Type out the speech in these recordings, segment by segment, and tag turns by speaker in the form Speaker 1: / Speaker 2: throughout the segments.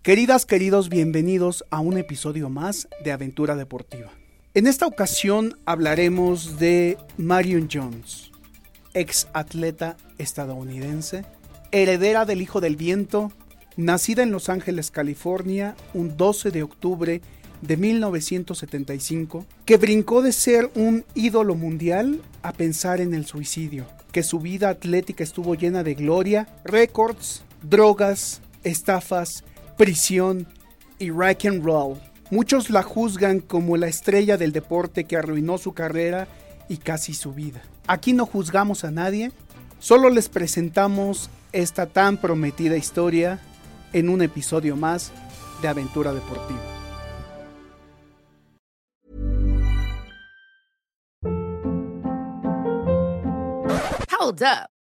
Speaker 1: Queridas, queridos, bienvenidos a un episodio más de Aventura Deportiva. En esta ocasión hablaremos de Marion Jones, ex atleta estadounidense, heredera del Hijo del Viento, nacida en Los Ángeles, California, un 12 de octubre de 1975, que brincó de ser un ídolo mundial a pensar en el suicidio, que su vida atlética estuvo llena de gloria, récords, drogas, estafas, prisión y rock and roll. Muchos la juzgan como la estrella del deporte que arruinó su carrera y casi su vida. Aquí no juzgamos a nadie, solo les presentamos esta tan prometida historia en un episodio más de Aventura Deportiva.
Speaker 2: Hold up.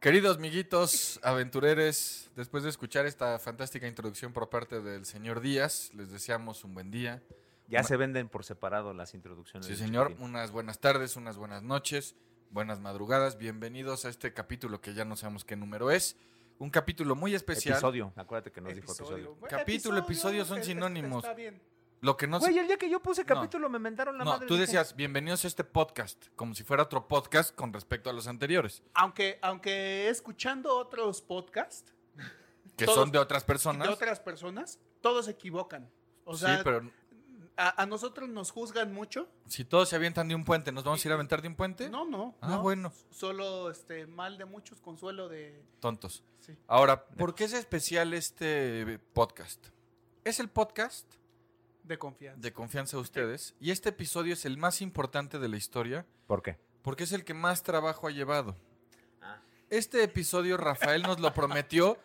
Speaker 3: Queridos amiguitos, aventureros, después de escuchar esta fantástica introducción por parte del señor Díaz, les deseamos un buen día.
Speaker 4: Ya se venden por separado las introducciones.
Speaker 3: Sí,
Speaker 4: de este
Speaker 3: señor,
Speaker 4: Chiquitín.
Speaker 3: unas buenas tardes, unas buenas noches, buenas madrugadas. Bienvenidos a este capítulo que ya no sabemos qué número es. Un capítulo muy especial.
Speaker 4: Episodio. Acuérdate que nos dijo episodio.
Speaker 3: Capítulo, episodio son sinónimos.
Speaker 1: Está bien.
Speaker 3: Lo que no se-
Speaker 4: Güey, el día que yo puse
Speaker 3: No.
Speaker 4: capítulo me mentaron la
Speaker 3: No,
Speaker 4: madre.
Speaker 3: tú
Speaker 4: dije,
Speaker 3: decías, bienvenidos a este podcast, como si fuera otro podcast con respecto a los anteriores,
Speaker 1: Aunque, aunque escuchando otros podcasts
Speaker 3: que
Speaker 1: Todos-
Speaker 3: son de otras
Speaker 1: de
Speaker 3: personas.
Speaker 1: otras personas, todos se equivocan. O
Speaker 3: sí,
Speaker 1: sea,
Speaker 3: pero
Speaker 1: a, a nosotros nos juzgan mucho.
Speaker 3: si todos se avientan de un puente, ¿nos vamos a ir a aventar de un puente?
Speaker 1: No, no.
Speaker 3: Ah,
Speaker 1: no.
Speaker 3: bueno.
Speaker 1: Solo este mal de muchos, consuelo de.
Speaker 3: Tontos.
Speaker 1: Sí.
Speaker 3: Ahora, ¿por qué es especial este podcast? Es el podcast
Speaker 1: De confianza.
Speaker 3: de confianza de ustedes y este episodio es el más importante de la historia
Speaker 4: ¿Por qué?
Speaker 3: porque es el que más trabajo ha llevado. Este episodio Rafael nos lo prometió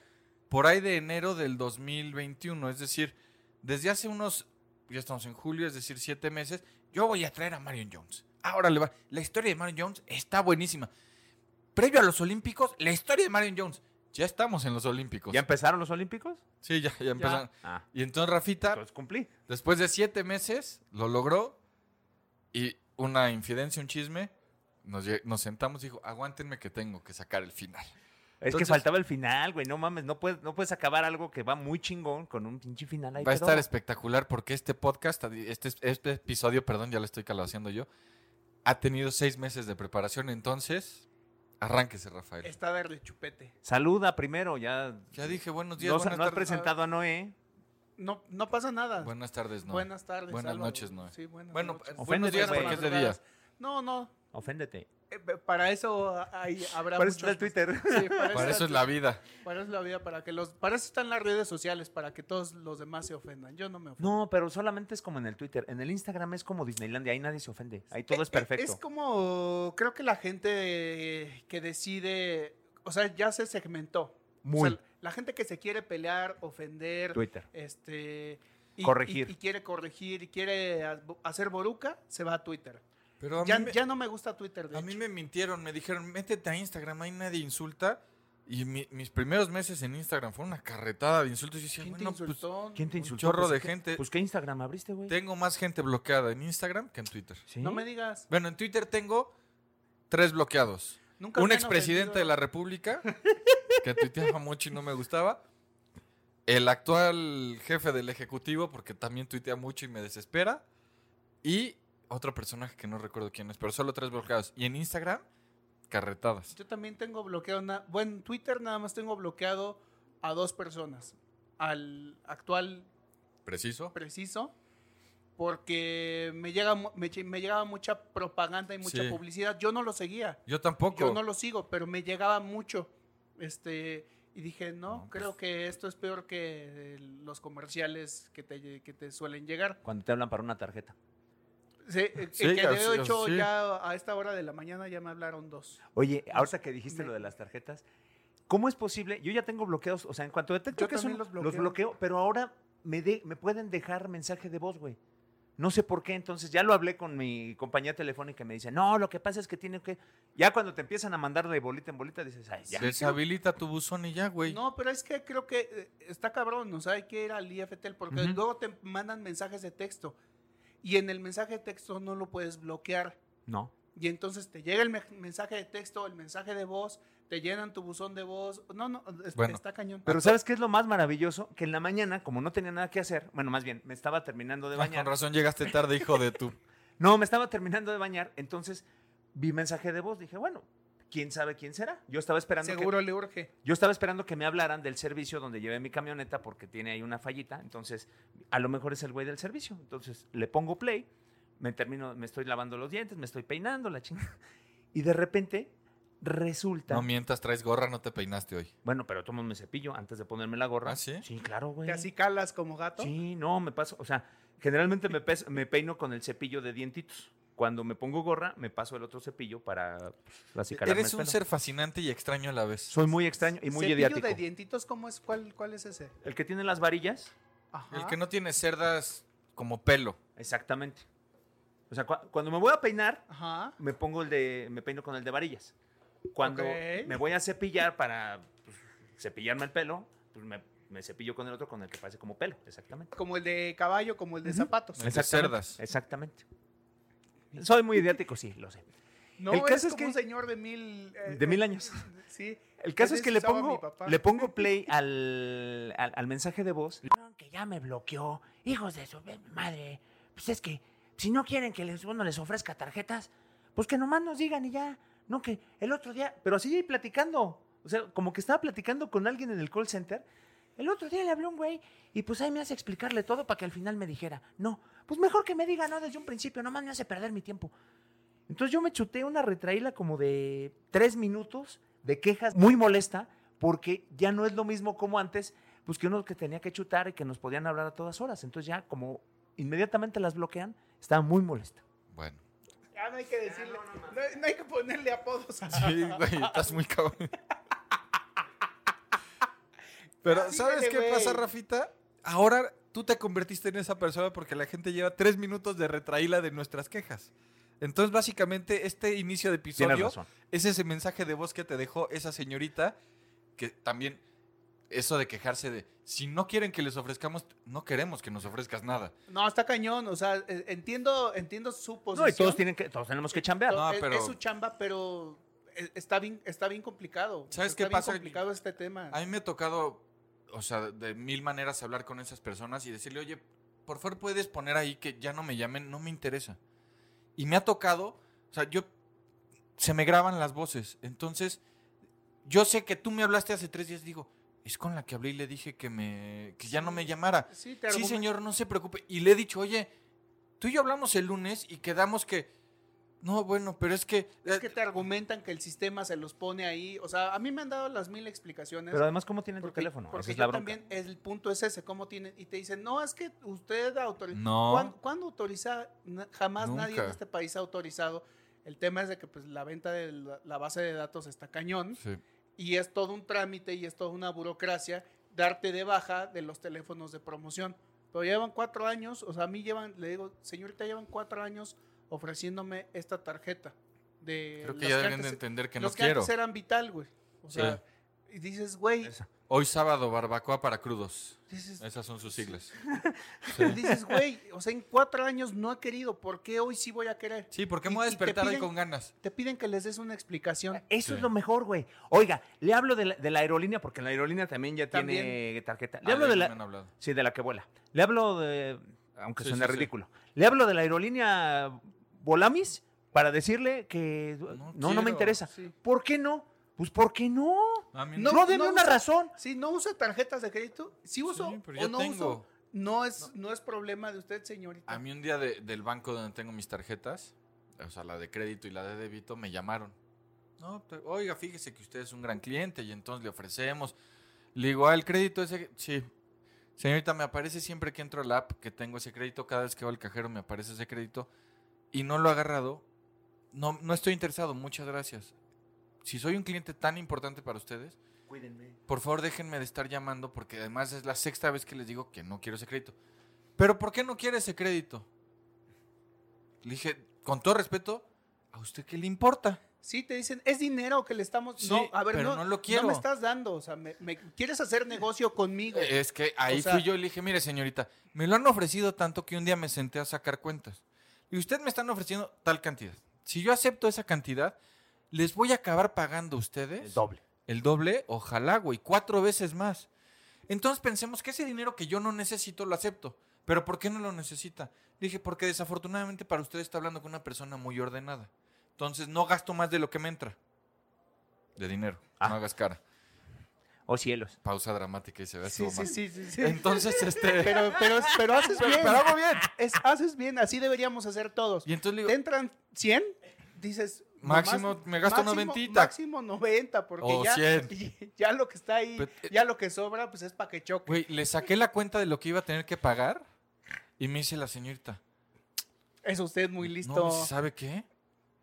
Speaker 3: por ahí de enero del 2021, es decir, desde hace unos, ya estamos en julio, es decir, siete meses, yo voy a traer a Marion Jones. Ahora le va, la historia de Marion Jones está buenísima. Previo a los Olímpicos, la historia de Marion Jones. Ya estamos en los Olímpicos.
Speaker 4: ¿Ya empezaron los Olímpicos?
Speaker 3: Sí, ya, ya empezaron.
Speaker 4: Ah,
Speaker 3: Y entonces Rafita,
Speaker 4: entonces cumplí.
Speaker 3: Después de siete meses, lo logró. Y una infidencia, un chisme. Nos, lle- nos sentamos y dijo, aguántenme que tengo que sacar el final.
Speaker 4: Es
Speaker 3: Entonces-
Speaker 4: que faltaba el final, güey. No mames, no puedes, no puedes acabar algo que va muy chingón con un pinche final ahí.
Speaker 3: Va a
Speaker 4: pedodo.
Speaker 3: estar espectacular porque este podcast, este, este episodio, perdón, ya lo estoy calabaciando yo, ha tenido seis meses de preparación. Entonces, arránquese, Rafael.
Speaker 1: Está de rechupete.
Speaker 4: Saluda primero, ya.
Speaker 3: Ya dije, buenos días,
Speaker 4: No,
Speaker 3: buenas
Speaker 4: no has
Speaker 3: tardes.
Speaker 4: presentado a Noé.
Speaker 1: No, no pasa nada.
Speaker 3: Buenas tardes, no.
Speaker 1: Buenas tardes.
Speaker 3: Buenas
Speaker 1: Álvaro.
Speaker 3: noches, Noé.
Speaker 1: Sí, buenas
Speaker 3: Bueno, eh,
Speaker 1: noches.
Speaker 3: buenos
Speaker 4: Oféndete,
Speaker 3: días
Speaker 4: güey.
Speaker 3: porque es de día.
Speaker 1: Madrugadas. No, no.
Speaker 4: Oféndete.
Speaker 1: eh, Para eso ah, ahí habrá
Speaker 4: Parece
Speaker 1: muchos-
Speaker 4: el Twitter.
Speaker 1: Sí, para,
Speaker 3: Para eso es la vida.
Speaker 1: Para eso es la vida, para que los... Para eso están las redes sociales, para que todos los demás se ofendan. Yo no me ofendo.
Speaker 4: No, pero solamente es como en el Twitter. En el Instagram es como Disneylandia. Ahí nadie se ofende. Ahí todo es
Speaker 1: Eh, eh,
Speaker 4: perfecto.
Speaker 1: Es como... Creo que la gente eh, que decide... O sea, ya se segmentó.
Speaker 4: Muy.
Speaker 1: O sea, la gente que se quiere pelear, ofender,
Speaker 4: Twitter.
Speaker 1: este... y-
Speaker 4: Corregir.
Speaker 1: Y, y quiere corregir, y quiere ha- hacer boruca, se va a Twitter.
Speaker 3: Pero a
Speaker 1: Ya,
Speaker 3: mí me-
Speaker 1: ya no me gusta Twitter, de
Speaker 3: A
Speaker 1: hecho.
Speaker 3: mí me mintieron, me dijeron, métete a Instagram, ahí nadie insulta. Y mi- mis primeros meses en Instagram fue una carretada de insultos. Yo decía,
Speaker 1: ¿Quién te
Speaker 3: bueno, pues
Speaker 1: insultó?
Speaker 4: ¿Quién te
Speaker 3: Un
Speaker 4: insultó?
Speaker 3: chorro de
Speaker 4: ¿qué-
Speaker 3: gente.
Speaker 4: Pues qué Instagram abriste, güey.
Speaker 3: tengo más gente bloqueada en Instagram que en Twitter.
Speaker 4: ¿Sí?
Speaker 1: No me digas.
Speaker 3: Bueno, en Twitter tengo tres bloqueados.
Speaker 1: Nunca
Speaker 3: Un
Speaker 1: me han
Speaker 3: expresidente
Speaker 1: ofendido.
Speaker 3: de la República, que tuiteaba mucho y no me gustaba. El actual jefe del Ejecutivo, porque también tuitea mucho y me desespera. Y otro personaje que no recuerdo quién es, pero solo tres bloqueados. Y en Instagram, carretadas.
Speaker 1: Yo también tengo bloqueado. na- bueno, en Twitter nada más tengo bloqueado
Speaker 4: a dos personas. Al actual
Speaker 3: ¿Preciso?
Speaker 4: preciso, porque me, llega, mu- me, che- me llegaba mucha propaganda y mucha
Speaker 3: Sí.
Speaker 4: publicidad. Yo no lo seguía.
Speaker 3: Yo tampoco.
Speaker 4: Yo no lo sigo, pero me llegaba mucho. Este, y dije, no,
Speaker 3: No, pues
Speaker 4: creo que esto es peor que eh, los comerciales que te, lle- que te suelen llegar.
Speaker 5: Cuando te hablan para una tarjeta.
Speaker 4: Sí, eh,
Speaker 3: Sí,
Speaker 4: que
Speaker 3: así-
Speaker 4: de hecho
Speaker 3: así.
Speaker 4: ya a esta hora de la mañana ya me hablaron dos.
Speaker 5: Oye, ahorita que dijiste
Speaker 4: me-
Speaker 5: lo de las tarjetas, ¿cómo es posible? Yo ya tengo bloqueados, o sea, en cuanto detecto
Speaker 4: Yo
Speaker 5: que son,
Speaker 4: también los
Speaker 5: los
Speaker 4: bloqueo.
Speaker 5: bloqueo. pero ahora me, de- me pueden dejar mensaje de voz, güey. No sé por qué, entonces ya lo hablé con mi compañía telefónica y me dice, no, lo que pasa es que tiene que... Ya cuando te empiezan a mandar de bolita en bolita, dices, ay, ya.
Speaker 3: Deshabilita tu buzón y ya, güey. Ah,
Speaker 4: No, pero es que creo que eh, está cabrón, o sea, hay que ir al IFTL porque
Speaker 3: Ujú.
Speaker 4: luego te mandan mensajes de texto y en el mensaje de texto no lo puedes bloquear
Speaker 5: No.
Speaker 4: y entonces te llega el me- mensaje de texto, el mensaje de voz, te llenan tu buzón de voz. No, no, es-
Speaker 3: Bueno,
Speaker 4: está cañón.
Speaker 5: Pero ¿sabes qué es lo más maravilloso? Que en la mañana, como no tenía nada que hacer, bueno, más bien, me estaba terminando de
Speaker 3: Ah, Con
Speaker 5: bañar.
Speaker 3: razón llegaste tarde, hijo de tu.
Speaker 5: No, me estaba terminando de bañar, entonces vi mensaje de voz, dije, bueno, quién sabe quién será. Yo estaba esperando que-
Speaker 4: seguro le urge.
Speaker 5: yo estaba esperando que me hablaran del servicio donde llevé mi camioneta porque tiene ahí una fallita, entonces a lo mejor es el güey del servicio. Entonces le pongo play, me termino, me estoy lavando los dientes, me estoy peinando la chingada. Y de repente resulta,
Speaker 3: No mientas, traes gorra, no te peinaste hoy.
Speaker 5: bueno, pero tomo mi cepillo antes de ponerme la gorra.
Speaker 3: ¿Ah, sí?
Speaker 5: Sí, claro, güey.
Speaker 4: ¿Te así calas como gato?
Speaker 5: Sí, no, me paso, o sea, generalmente me, pes- me peino con el cepillo de dientitos. Cuando me pongo gorra, me paso el otro cepillo para pues, acicalarme
Speaker 3: Eres
Speaker 5: el
Speaker 3: un
Speaker 5: pelo.
Speaker 3: ser fascinante y extraño a la vez.
Speaker 5: Soy muy extraño y muy
Speaker 4: ¿Cepillo
Speaker 5: idiático.
Speaker 4: de dientitos cómo es? ¿Cuál, cuál es ese?
Speaker 5: El que tiene las varillas,
Speaker 4: Ajá.
Speaker 3: El que no tiene cerdas como pelo.
Speaker 5: exactamente. O sea, cua- cuando me voy a peinar,
Speaker 4: Ajá.
Speaker 5: me pongo el de, me peino con el de varillas. Cuando
Speaker 4: Ok.
Speaker 5: me voy a cepillar para pues, cepillarme el pelo, pues me, me cepillo con el otro con el que parece como pelo, exactamente.
Speaker 4: Como el de caballo, como el de zapatos.
Speaker 3: El de cerdas.
Speaker 5: Exactamente. Soy muy idiático, sí, lo sé.
Speaker 4: No,
Speaker 5: El caso
Speaker 4: eres
Speaker 5: es
Speaker 4: como
Speaker 5: que-
Speaker 4: un señor de mil... eh,
Speaker 5: De mil
Speaker 4: eh,
Speaker 5: años.
Speaker 4: Sí.
Speaker 5: El caso es que le
Speaker 4: Ese usaba mi
Speaker 5: pongo,
Speaker 4: papá.
Speaker 5: le pongo play al, al, al mensaje de voz. Que ya me bloqueó. Hijos de su madre. Pues es que si no quieren que les, uno les ofrezca tarjetas, pues que nomás nos digan y ya. No, que el otro día. Pero así ahí platicando. O sea, como que estaba platicando con alguien en el call center. El otro día le habló un güey y pues ahí me hace explicarle todo para que al final me dijera, no, pues mejor que me diga no desde un principio, nomás me hace perder mi tiempo. Entonces yo me chuté una retraíla como de tres minutos de quejas muy molesta porque ya no es lo mismo como antes, pues que uno que tenía que chutar y que nos podían hablar a todas horas. Entonces ya como inmediatamente las bloquean, estaba muy molesta.
Speaker 3: Bueno.
Speaker 4: Ah, no hay que decirle. no, no hay que ponerle apodos.
Speaker 3: Sí, güey, estás muy cabrón. Pero,
Speaker 4: Así
Speaker 3: ¿sabes
Speaker 4: dele,
Speaker 3: qué
Speaker 4: güey.
Speaker 3: pasa, Rafita? Ahora tú te convertiste en esa persona porque la gente lleva tres minutos de retraíla de nuestras quejas. Entonces, básicamente, este inicio de episodio es ese mensaje de voz que te dejó esa señorita que también eso de quejarse de si no quieren que les ofrezcamos, no queremos que nos ofrezcas nada.
Speaker 4: No, está cañón. O sea, eh, entiendo, entiendo su posición.
Speaker 5: No, y todos, tienen que, todos tenemos que chambear.
Speaker 3: No,
Speaker 4: es,
Speaker 3: Ah, pero-
Speaker 4: es su chamba, pero eh, está bien, está bien complicado.
Speaker 3: ¿Sabes
Speaker 4: está
Speaker 3: qué
Speaker 4: bien
Speaker 3: pasa?
Speaker 4: complicado este tema.
Speaker 3: A mí me ha tocado, o sea, de mil maneras hablar con esas personas y decirle, oye, por favor puedes poner ahí que ya no me llamen, no me interesa. Y me ha tocado, o sea, yo, se me graban las voces. Entonces, yo sé que tú me hablaste hace tres días, digo, es con la que hablé y le dije que, me, que ya no me llamara.
Speaker 4: Sí, te
Speaker 3: Sí,
Speaker 4: argumento.
Speaker 3: señor, no se preocupe. Y le he dicho, oye, tú y yo hablamos el lunes y quedamos que... No, bueno, pero es que... eh,
Speaker 4: Es que te argumentan que el sistema se los pone ahí. O sea, a mí me han dado las mil explicaciones.
Speaker 5: Pero además, ¿cómo tienen tu
Speaker 4: porque,
Speaker 5: teléfono?
Speaker 4: porque
Speaker 5: Esa es
Speaker 4: yo
Speaker 5: la bronca.
Speaker 4: también, el punto es ese, cómo tienen, y te dicen, no, es que usted autoriza.
Speaker 3: No.
Speaker 4: ¿Cuándo, cuándo autoriza? Na- Jamás nadie en
Speaker 3: Nunca.
Speaker 4: este país ha autorizado. El tema es de que pues, la venta de la, la base de datos está cañón
Speaker 3: Sí.
Speaker 4: y es todo un trámite y es toda una burocracia darte de baja de los teléfonos de promoción. Pero llevan cuatro años, o sea, a mí llevan, le digo, señorita, llevan cuatro años ofreciéndome esta tarjeta. De
Speaker 3: Creo que
Speaker 4: Eh, las
Speaker 3: ya deben de
Speaker 4: antes-
Speaker 3: entender que
Speaker 4: los
Speaker 3: no
Speaker 4: que
Speaker 3: quiero.
Speaker 4: antes eran vital, güey. O
Speaker 3: Sí.
Speaker 4: sea, y dices, güey,
Speaker 5: Esa.
Speaker 3: Hoy sábado, barbacoa para crudos.
Speaker 4: dices,
Speaker 3: Esas son sus siglas.
Speaker 4: Y dices, güey, o sea, en cuatro años no he querido, ¿por qué hoy sí voy a querer?
Speaker 3: Sí, porque
Speaker 4: Y-
Speaker 3: me voy a
Speaker 4: y te
Speaker 3: despertar hoy
Speaker 4: piden-
Speaker 3: con ganas.
Speaker 4: Te piden que les des una explicación.
Speaker 5: Eso
Speaker 3: Sí.
Speaker 5: es lo mejor, güey. Oiga, le hablo de la, de la aerolínea, porque la aerolínea también ya
Speaker 4: También.
Speaker 5: tiene tarjeta. Le
Speaker 3: Ah,
Speaker 5: hablo
Speaker 3: de
Speaker 5: de
Speaker 3: eso
Speaker 5: la,
Speaker 3: me han hablado.
Speaker 5: Sí, de la que vuela. Le hablo de. Aunque
Speaker 3: Sí,
Speaker 5: suene
Speaker 3: sí, sí.
Speaker 5: ridículo. Le hablo de la aerolínea Volamis para decirle que. No, no, me
Speaker 3: quiero.
Speaker 5: interesa.
Speaker 4: Sí.
Speaker 5: ¿Por qué no? Pues porque no.
Speaker 3: A mí
Speaker 5: No,
Speaker 3: no.
Speaker 5: deme una
Speaker 1: usa-
Speaker 5: razón.
Speaker 1: Sí, no usa tarjetas de crédito. Si uso
Speaker 3: pero
Speaker 1: o
Speaker 3: yo
Speaker 1: no
Speaker 3: tengo.
Speaker 1: uso. No es, no. es problema de usted, señorita.
Speaker 3: A mí un día de- del banco donde tengo mis tarjetas, o sea, la de crédito y la de débito, me llamaron. No, te- oiga, fíjese que usted es un gran cliente y entonces le ofrecemos. Le digo, ah, el crédito ese, sí. Señorita, me aparece siempre que entro a la app que tengo ese crédito, cada vez que voy al cajero me aparece ese crédito y no lo he agarrado. No, no estoy interesado, muchas gracias. Si soy un cliente tan importante para ustedes,
Speaker 5: Cuídenme.
Speaker 3: por favor déjenme de estar llamando porque además es la sexta vez que les digo que no quiero ese crédito. ¿Pero por qué no quiere ese crédito? Le dije, con todo respeto, ¿a usted qué le importa?
Speaker 1: Sí, te dicen, es dinero que le estamos.
Speaker 3: Sí,
Speaker 1: no, a ver,
Speaker 3: pero
Speaker 1: no,
Speaker 3: no lo quiero.
Speaker 1: me estás dando. O sea, me, me- quieres hacer negocio conmigo.
Speaker 3: Es que ahí
Speaker 1: O sea-
Speaker 3: fui yo y le dije, mire señorita, me lo han ofrecido tanto que un día me senté a sacar cuentas. Y usted me están ofreciendo tal cantidad. Si yo acepto esa cantidad, les voy a acabar pagando a ustedes.
Speaker 5: El doble.
Speaker 3: El doble, ojalá, güey, cuatro veces más. Entonces pensemos que ese dinero que yo no necesito lo acepto. Pero ¿por qué no lo necesita? Dije, porque desafortunadamente para usted está hablando con una persona muy ordenada. Entonces no gasto más de lo que me entra. De dinero.
Speaker 1: Ah.
Speaker 3: No hagas cara.
Speaker 5: Oh, cielos.
Speaker 3: Pausa dramática y se ve
Speaker 1: sí,
Speaker 3: así.
Speaker 1: sí, sí, sí, sí.
Speaker 3: Entonces, este.
Speaker 1: Pero, pero, pero haces bien.
Speaker 3: pero hago bien.
Speaker 1: Es- haces bien, así deberíamos hacer todos.
Speaker 3: Y entonces le digo-
Speaker 1: Te entran 100, dices.
Speaker 3: Máximo, me gasto
Speaker 1: máximo-
Speaker 3: noventita.
Speaker 1: Máximo 90, porque
Speaker 3: O
Speaker 1: ya,
Speaker 3: 100.
Speaker 1: ya lo que está ahí,
Speaker 3: Pero, eh,
Speaker 1: ya lo que sobra, pues es para que choque.
Speaker 3: Güey, le saqué la cuenta de lo que iba a tener que pagar. Y me dice la señorita.
Speaker 1: Es usted muy listo.
Speaker 3: No, ¿sabe qué?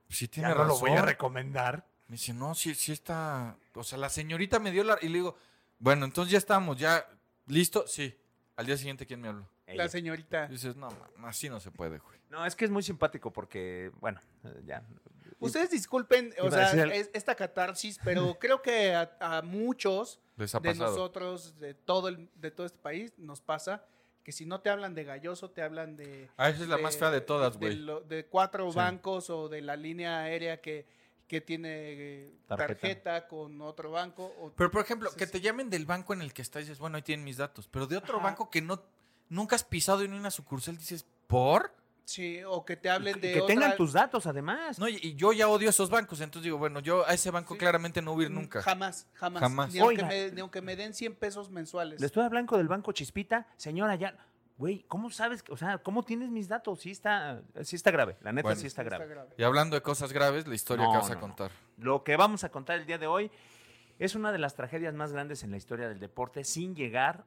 Speaker 3: Sí tiene
Speaker 5: Ya no lo
Speaker 3: razón.
Speaker 5: voy a recomendar.
Speaker 3: Me dice, no, sí, sí está. O sea, la señorita me dio la. Y le digo, bueno, entonces ya estamos, ya. ¿Listo? Sí. Al día siguiente, ¿quién me habló?
Speaker 1: la señorita.
Speaker 3: Y dices, no, ma- así no se puede, güey.
Speaker 5: No, es que es muy simpático porque, bueno, eh, ya.
Speaker 1: Ustedes disculpen, o
Speaker 5: Iba a
Speaker 1: sea,
Speaker 5: decir al-
Speaker 1: es- esta catarsis, pero creo que a, a muchos
Speaker 3: Les ha
Speaker 1: de
Speaker 3: pasado.
Speaker 1: nosotros, de todo, el- de todo este país, nos pasa que si no te hablan de galloso, te hablan de...
Speaker 3: Ah, esa es la más fea de todas, güey.
Speaker 1: lo- De, cuatro
Speaker 3: Sí.
Speaker 1: bancos o de la línea aérea que, que tiene eh, tarjeta.
Speaker 5: Tarjeta.
Speaker 1: con otro banco. o-
Speaker 3: Pero, por ejemplo,
Speaker 1: Sí,
Speaker 3: que
Speaker 1: sí.
Speaker 3: te llamen del banco en el que estás y dices, bueno, ahí tienen mis datos. Pero de otro banco que no nunca has pisado en una sucursal, dices, ¿por?
Speaker 1: sí, o que te hablen
Speaker 5: Y
Speaker 1: de...
Speaker 5: que tengan
Speaker 1: otra-
Speaker 5: tus datos, además.
Speaker 3: No, y, y yo ya odio esos bancos. Entonces digo, bueno, yo a ese banco
Speaker 1: Sí.
Speaker 3: claramente no voy a ir nunca.
Speaker 1: Jamás, jamás.
Speaker 3: Jamás.
Speaker 1: Ni, aunque
Speaker 5: Oiga.
Speaker 1: me, ni aunque me den 100 pesos mensuales.
Speaker 5: Le estoy al blanco del banco Chispita, señora, ya. Güey, ¿cómo sabes? que- O sea, ¿cómo tienes mis datos? Sí está, sí está grave, la neta
Speaker 3: Bueno.
Speaker 5: sí está grave.
Speaker 3: Y hablando de cosas graves, la historia
Speaker 5: No,
Speaker 3: que vas
Speaker 5: no,
Speaker 3: a
Speaker 5: no.
Speaker 3: contar.
Speaker 5: Lo que vamos a contar el día de hoy es una de las tragedias más grandes en la historia del deporte sin llegar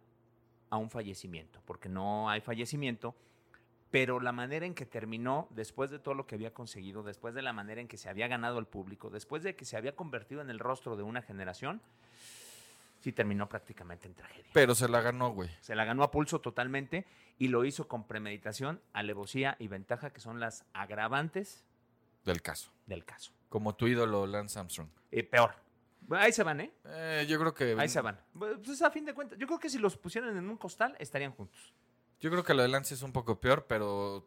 Speaker 5: a un fallecimiento, porque no hay fallecimiento, pero la manera en que terminó, después de todo lo que había conseguido, después de la manera en que se había ganado al público, después de que se había convertido en el rostro de una generación, sí terminó prácticamente en tragedia.
Speaker 3: Pero se la ganó, güey.
Speaker 5: Se la ganó a pulso totalmente y lo hizo con premeditación, alevosía y ventaja, que son las agravantes
Speaker 3: Del caso.
Speaker 5: del caso.
Speaker 3: Como tu ídolo, Lance Armstrong.
Speaker 5: Eh, peor. Bueno, ahí se van, ¿eh?
Speaker 3: Eh, yo creo que.
Speaker 5: Ahí se van. Pues a fin de cuentas, yo creo que si los pusieran en un costal, estarían juntos.
Speaker 3: Yo creo que lo de Lance es un poco peor, pero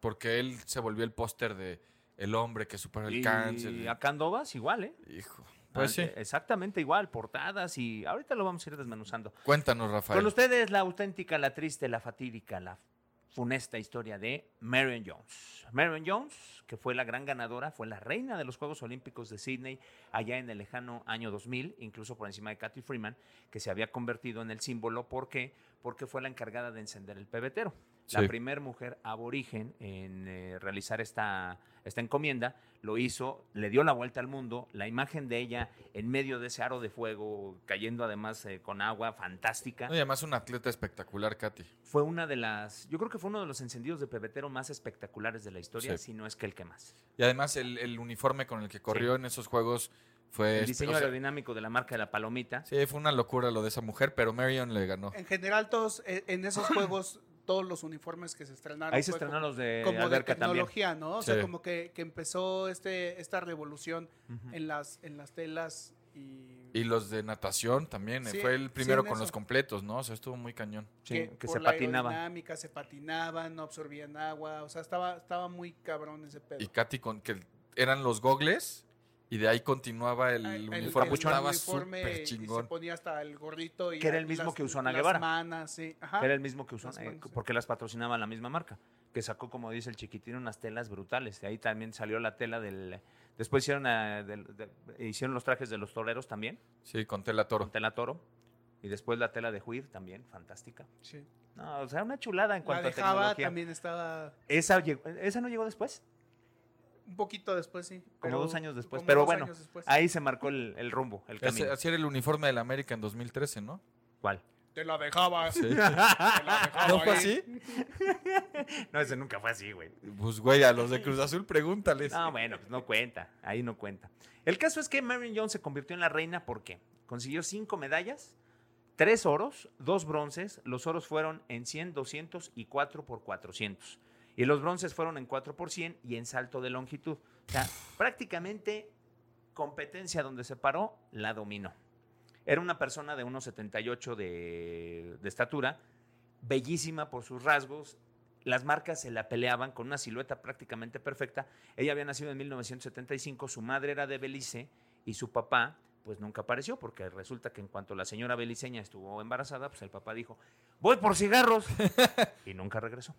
Speaker 3: porque él se volvió el póster de el hombre que superó el
Speaker 5: y
Speaker 3: cáncer. y-
Speaker 5: a Candovas igual, ¿eh?
Speaker 3: Hijo. Pues
Speaker 5: Ah,
Speaker 3: sí.
Speaker 5: eh, Exactamente igual, portadas y ahorita lo vamos a ir desmenuzando.
Speaker 3: Cuéntanos, Rafael.
Speaker 5: Con ustedes la auténtica, la triste, la fatídica, la funesta historia de Marion Jones. Marion Jones, que fue la gran ganadora, fue la reina de los Juegos Olímpicos de Sydney allá en el lejano año 2000, incluso por encima de Kathy Freeman, que se había convertido en el símbolo porque porque fue la encargada de encender el pebetero. La
Speaker 3: Sí.
Speaker 5: primer mujer aborigen en eh, realizar esta, esta encomienda lo hizo, le dio la vuelta al mundo. La imagen de ella en medio de ese aro de fuego, cayendo además eh, con agua, fantástica
Speaker 3: No, y además un atleta espectacular, Katy.
Speaker 5: fue una de las, yo creo que fue uno de los encendidos de pebetero más espectaculares de la historia,
Speaker 3: Sí.
Speaker 5: si no es que el que más.
Speaker 3: Y además el, el uniforme con el que corrió en esos juegos fue... este,
Speaker 5: el diseño
Speaker 3: o sea,
Speaker 5: aerodinámico de la marca de la palomita.
Speaker 3: sí, fue una locura lo de esa mujer, pero Marion le ganó.
Speaker 1: En general, todos eh, en esos juegos, todos los uniformes que se estrenaron.
Speaker 5: Ahí se
Speaker 1: fue
Speaker 5: estrenaron
Speaker 1: como-
Speaker 5: los de
Speaker 1: como de
Speaker 5: Alberca también.
Speaker 1: tecnología, ¿no? O
Speaker 3: Sí.
Speaker 1: sea, como que, que empezó este, esta revolución
Speaker 5: Mm.
Speaker 1: en, las, en las telas y...
Speaker 3: Y los de natación también. eh,
Speaker 1: Sí,
Speaker 3: fue
Speaker 1: sí,
Speaker 3: el primero
Speaker 1: en
Speaker 3: con los
Speaker 1: eso.
Speaker 3: completos, ¿no? O sea, estuvo muy cañón.
Speaker 5: Sí, que,
Speaker 1: por
Speaker 5: se
Speaker 1: la
Speaker 5: patinaba.
Speaker 1: aerodinámica se patinaban, no absorbían agua, o sea, estaba, estaba muy cabrón ese pedo.
Speaker 3: Y Katy con que eran los gogles Y de ahí continuaba el,
Speaker 4: El,
Speaker 3: uniforme.
Speaker 5: capuchón.
Speaker 3: Estaba
Speaker 4: uniforme
Speaker 3: súper
Speaker 4: y
Speaker 3: chingón.
Speaker 4: se ponía hasta el gorrito y
Speaker 5: Que era el
Speaker 4: y
Speaker 5: mismo
Speaker 4: las-
Speaker 5: que usó Ana
Speaker 4: las
Speaker 5: Guevara.
Speaker 4: manas, sí. Ajá.
Speaker 5: Que era el mismo que usó,
Speaker 4: Las
Speaker 5: eh,
Speaker 4: manos, sí.
Speaker 5: porque las patrocinaba la misma marca, que sacó, como dice el chiquitín, unas telas brutales. De ahí también salió la tela del... Después hicieron, eh, del- de- hicieron los trajes de los toreros también,
Speaker 3: Sí, con tela toro.
Speaker 5: con tela toro. Y después la tela de Juir también, fantástica.
Speaker 4: Sí.
Speaker 5: No, o sea, una chulada en
Speaker 4: La
Speaker 5: cuanto a
Speaker 4: de Java
Speaker 5: tecnología.
Speaker 4: también estaba
Speaker 5: Esa, llegó- ¿Esa no llegó después?
Speaker 4: un poquito después, sí. pero-
Speaker 5: dos años después,
Speaker 4: como
Speaker 5: pero
Speaker 4: dos
Speaker 5: bueno,
Speaker 4: años después.
Speaker 5: Ahí se marcó el, el rumbo, el
Speaker 3: Ese-
Speaker 5: camino.
Speaker 3: Así era el uniforme del América en 2013, ¿no?
Speaker 5: ¿Cuál?
Speaker 4: Te la dejaba.
Speaker 3: Sí.
Speaker 4: te la dejaba
Speaker 3: ¿No fue
Speaker 4: ahí.
Speaker 3: así?
Speaker 5: No, ese nunca fue así, güey.
Speaker 3: Pues, güey, a los de Cruz Azul pregúntales.
Speaker 5: No, bueno, pues no cuenta. Ahí no cuenta. El caso es que Marion Jones se convirtió en la reina porque consiguió cinco medallas, tres oros, dos bronces. Los oros fueron en 100, 200 y 4 por 400. Y los bronces fueron en 4 por 100 y en salto de longitud. O sea, prácticamente competencia donde se paró, la dominó. Era una persona de 1,78 de, de estatura, bellísima por sus rasgos. Las marcas se la peleaban con una silueta prácticamente perfecta. Ella había nacido en 1975, su madre era de Belice y su papá pues nunca apareció porque resulta que en cuanto la señora beliceña estuvo embarazada, pues el papá dijo, voy por cigarros y nunca regresó.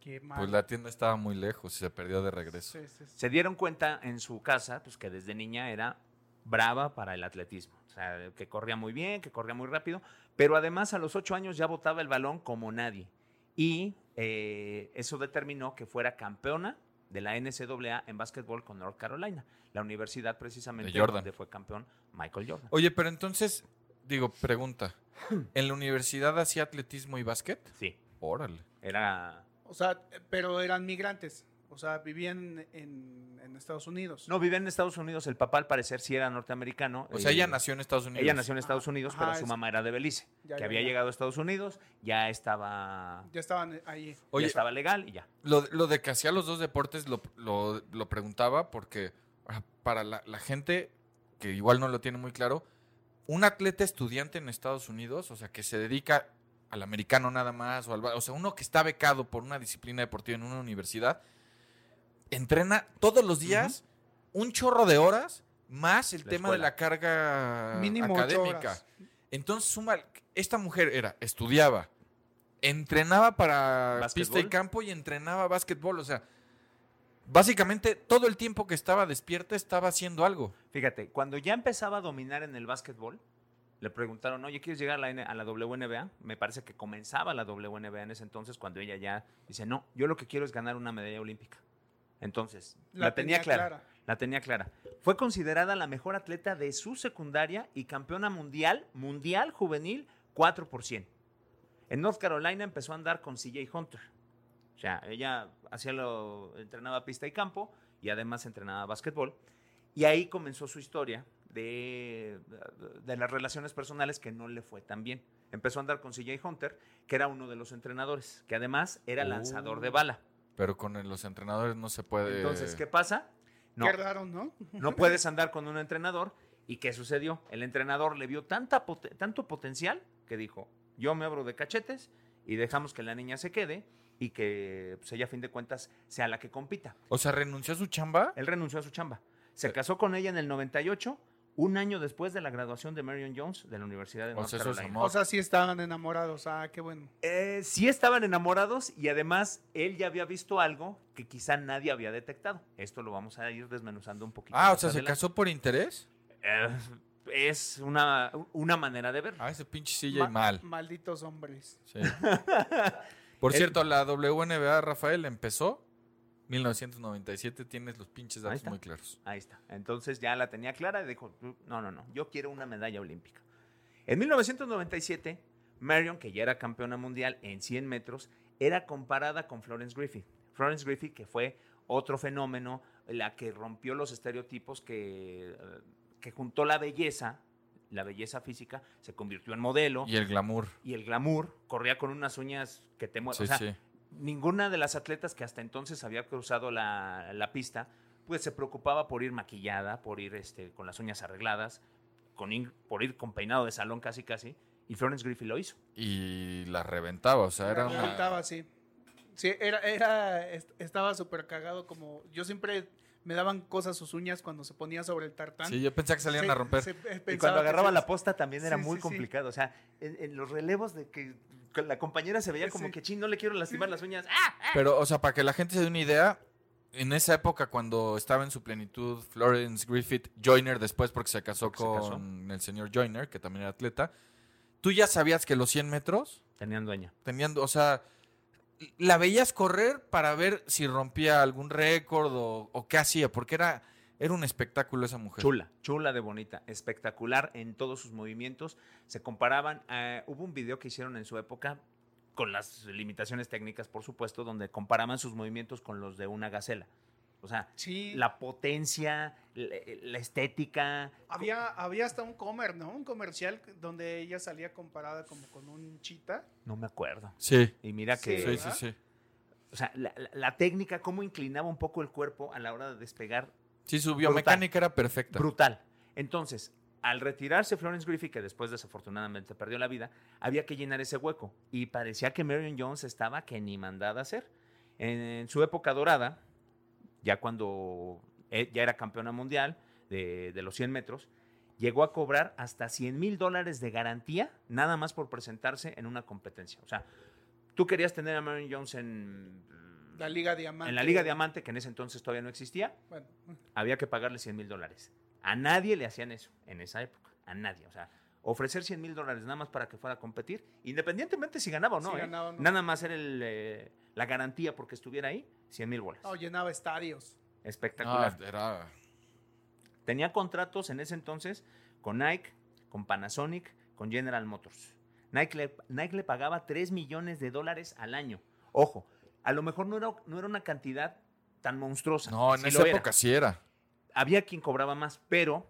Speaker 4: Qué mal.
Speaker 3: Pues la tienda estaba muy lejos y se perdió de regreso.
Speaker 4: Sí, sí, sí.
Speaker 5: Se dieron cuenta en su casa pues que desde niña era brava para el atletismo, o sea, que corría muy bien, que corría muy rápido, pero además a los ocho años ya botaba el balón como nadie y eh, eso determinó que fuera campeona de la NCAA en básquetbol con North Carolina, la universidad precisamente
Speaker 3: De Jordan.
Speaker 5: donde fue campeón Michael Jordan.
Speaker 3: Oye, pero entonces, digo, pregunta. ¿En la universidad hacía atletismo y básquet?
Speaker 5: Sí,
Speaker 3: Órale.
Speaker 5: era...
Speaker 4: O sea, pero eran migrantes. O sea, vivían en, en Estados Unidos.
Speaker 5: No, vivía en Estados Unidos, el papá al parecer sí era norteamericano.
Speaker 3: O sea,
Speaker 5: eh,
Speaker 3: ella nació en Estados Unidos.
Speaker 5: Ella nació en Estados Unidos, pero
Speaker 4: Ajá,
Speaker 5: su
Speaker 4: es-
Speaker 5: mamá era de Belice,
Speaker 4: Ya,
Speaker 5: que
Speaker 4: ya,
Speaker 5: había
Speaker 4: ya.
Speaker 5: llegado a Estados Unidos, ya estaba,
Speaker 4: Ya estaban ahí.
Speaker 5: ya
Speaker 3: Oye,
Speaker 5: estaba legal y ya.
Speaker 3: Lo, lo de que hacía los dos deportes lo, lo- lo preguntaba porque ah, para la, la gente que igual no lo tiene muy claro, un atleta estudiante en Estados Unidos, o sea, que se dedica al americano nada más, o, al, ba- o sea, uno que está becado por una disciplina deportiva en una universidad, entrena todos los días un chorro de horas más el
Speaker 5: La
Speaker 3: tema de
Speaker 5: escuela.
Speaker 3: la carga
Speaker 4: Mínimo ocho
Speaker 3: académica.
Speaker 4: horas.
Speaker 3: Entonces, suma, esta mujer era, estudiaba, entrenaba para pista y
Speaker 5: ¿Básquetbol?
Speaker 3: campo y entrenaba básquetbol. O sea, básicamente todo el tiempo que estaba despierta estaba haciendo algo.
Speaker 5: Fíjate, cuando ya empezaba a dominar en el básquetbol, le preguntaron, oye, ¿quieres llegar a la, N- a la WNBA? Me parece que comenzaba la WNBA en ese entonces cuando ella ya dice, no, yo lo que quiero es ganar una medalla olímpica. Entonces, la, tenía, clara. La tenía clara. Fue considerada la mejor atleta de su secundaria y campeona mundial, mundial juvenil, 4 por 100. En North Carolina empezó a andar con CJ Hunter. O sea, ella hacía lo, entrenaba pista y campo y además entrenaba básquetbol. Y ahí comenzó su historia de, de las relaciones personales que no le fue tan bien. Empezó a andar con CJ Hunter, que era uno de los entrenadores, que además era
Speaker 3: Uh.
Speaker 5: lanzador de bala.
Speaker 3: Pero con el- los entrenadores no se puede.
Speaker 5: Entonces, ¿qué pasa? No,
Speaker 4: Qué raro, ¿no?
Speaker 5: no puedes andar con un entrenador. ¿Y qué sucedió? El entrenador le vio tanta pote- tanto potencial que dijo, yo me abro de cachetes y dejamos que la niña se quede y que pues, ella a fin de cuentas sea la que compita.
Speaker 3: O sea, renunció a su chamba.
Speaker 5: Él renunció a su chamba. Se
Speaker 3: Sí.
Speaker 5: casó con ella en el 98, un año después de la graduación de Marion Jones de la Universidad de
Speaker 3: O
Speaker 5: North
Speaker 3: sea, eso es
Speaker 5: Carolina.
Speaker 3: amor.
Speaker 4: O sea, sí estaban enamorados. Ah, qué bueno.
Speaker 5: Eh, sí estaban enamorados y además él ya había visto algo que quizá nadie había detectado. Esto lo vamos a ir desmenuzando un poquito.
Speaker 3: Ah, o
Speaker 5: más
Speaker 3: sea, se
Speaker 5: adelante.
Speaker 3: casó por interés.
Speaker 5: Eh, es una, una manera de ver.
Speaker 3: Ah, ese pinche silla y
Speaker 4: Ma-
Speaker 3: mal.
Speaker 4: Malditos hombres.
Speaker 3: Sí. Por
Speaker 5: El-
Speaker 3: cierto, la WNBA, Rafael, empezó 1997. Tienes los pinches
Speaker 5: Ahí
Speaker 3: datos
Speaker 5: está.
Speaker 3: muy claros.
Speaker 5: Ahí está. Entonces ya la tenía clara y dijo, no, no, no, yo quiero una medalla olímpica. En 1997, Marion, que ya era campeona mundial en 100 metros, era comparada con Florence Griffith. Florence Griffith, que fue otro fenómeno, la que rompió los estereotipos, que, eh, que juntó la belleza, la belleza física, se convirtió en modelo
Speaker 3: Y el glamour.
Speaker 5: y el glamour, corría con unas uñas que te mueven.
Speaker 3: Sí,
Speaker 5: o sea,
Speaker 3: sí.
Speaker 5: ninguna de las atletas que hasta entonces había cruzado la, la pista, pues se preocupaba por ir maquillada, por ir este, con las uñas arregladas, con ir- por ir con peinado de salón casi casi, y Florence Griffith lo hizo.
Speaker 3: Y la reventaba, o sea, era una...
Speaker 4: Estaba así. Sí, era, era, est- estaba súper cagado como... Yo siempre me daban cosas sus uñas cuando se ponía sobre el tartán.
Speaker 3: Sí, yo pensaba que salían a romper.
Speaker 5: Y cuando agarraba la
Speaker 4: posta
Speaker 5: posta también era
Speaker 4: Sí,
Speaker 5: muy
Speaker 4: sí, sí.
Speaker 5: complicado. O sea, en, en los relevos de que con la compañera se veía como
Speaker 4: Sí.
Speaker 5: que, ching, no le quiero lastimar las uñas. ¡Ah!
Speaker 3: Pero, o sea, para que la gente se dé una idea, en esa época cuando estaba en su plenitud Florence Griffith Joyner después porque se casó
Speaker 5: Porque se
Speaker 3: con
Speaker 5: casó.
Speaker 3: el señor Joyner, que también era atleta, tú ya sabías que los 100 metros
Speaker 5: Tenían dueña.
Speaker 3: tenían, o sea, la veías correr para ver si rompía algún récord o, o qué hacía, porque era, era un espectáculo esa mujer.
Speaker 5: Chula, chula de bonita, espectacular en todos sus movimientos. Se comparaban, a- hubo un video que hicieron en su época con las limitaciones técnicas, por supuesto, donde comparaban sus movimientos con los de una gacela. O sea,
Speaker 4: Sí.
Speaker 5: la potencia, la, la estética.
Speaker 4: Había, había hasta un comer, ¿no? Un comercial donde ella salía comparada como con un chita.
Speaker 5: No me acuerdo.
Speaker 3: Sí,
Speaker 5: Y mira que...
Speaker 3: sí, sí,
Speaker 4: ¿verdad?
Speaker 3: sí.
Speaker 5: O sea, la, la- la técnica, cómo inclinaba un poco el cuerpo a la hora de despegar,
Speaker 3: Sí, su biomecánica era perfecta.
Speaker 5: brutal. Entonces, al retirarse Florence Griffith, que después desafortunadamente perdió la vida, había que llenar ese hueco. Y parecía que Marion Jones estaba que ni mandada a hacer. En su época dorada, ya cuando eh, ya era campeona mundial de, de los 100 metros, llegó a cobrar hasta 100 mil dólares de garantía nada más por presentarse en una competencia. O sea, tú querías tener a Marion Jones en...
Speaker 4: La Liga Diamante.
Speaker 5: En la Liga Diamante, que en ese entonces todavía no existía,
Speaker 4: Bueno,
Speaker 5: había que pagarle 100 mil dólares. A nadie le hacían eso en esa época. A nadie. O sea, ofrecer 100 mil dólares nada más para que fuera a competir, independientemente si ganaba o no.
Speaker 4: Si
Speaker 5: ¿eh?
Speaker 4: ganaba o no.
Speaker 5: Nada más era el, eh, la garantía porque estuviera ahí, 100 mil bolas.
Speaker 4: no, llenaba estadios.
Speaker 3: No,
Speaker 5: Espectacular.
Speaker 3: Ah, era...
Speaker 5: Tenía contratos en ese entonces con Nike, con Panasonic, con General Motors. Nike le, Nike le pagaba 3 millones de dólares al año. Ojo, a lo mejor no era, no era una cantidad tan monstruosa.
Speaker 3: No, en
Speaker 5: Sí lo
Speaker 3: esa
Speaker 5: era.
Speaker 3: época sí era.
Speaker 5: había quien cobraba más, pero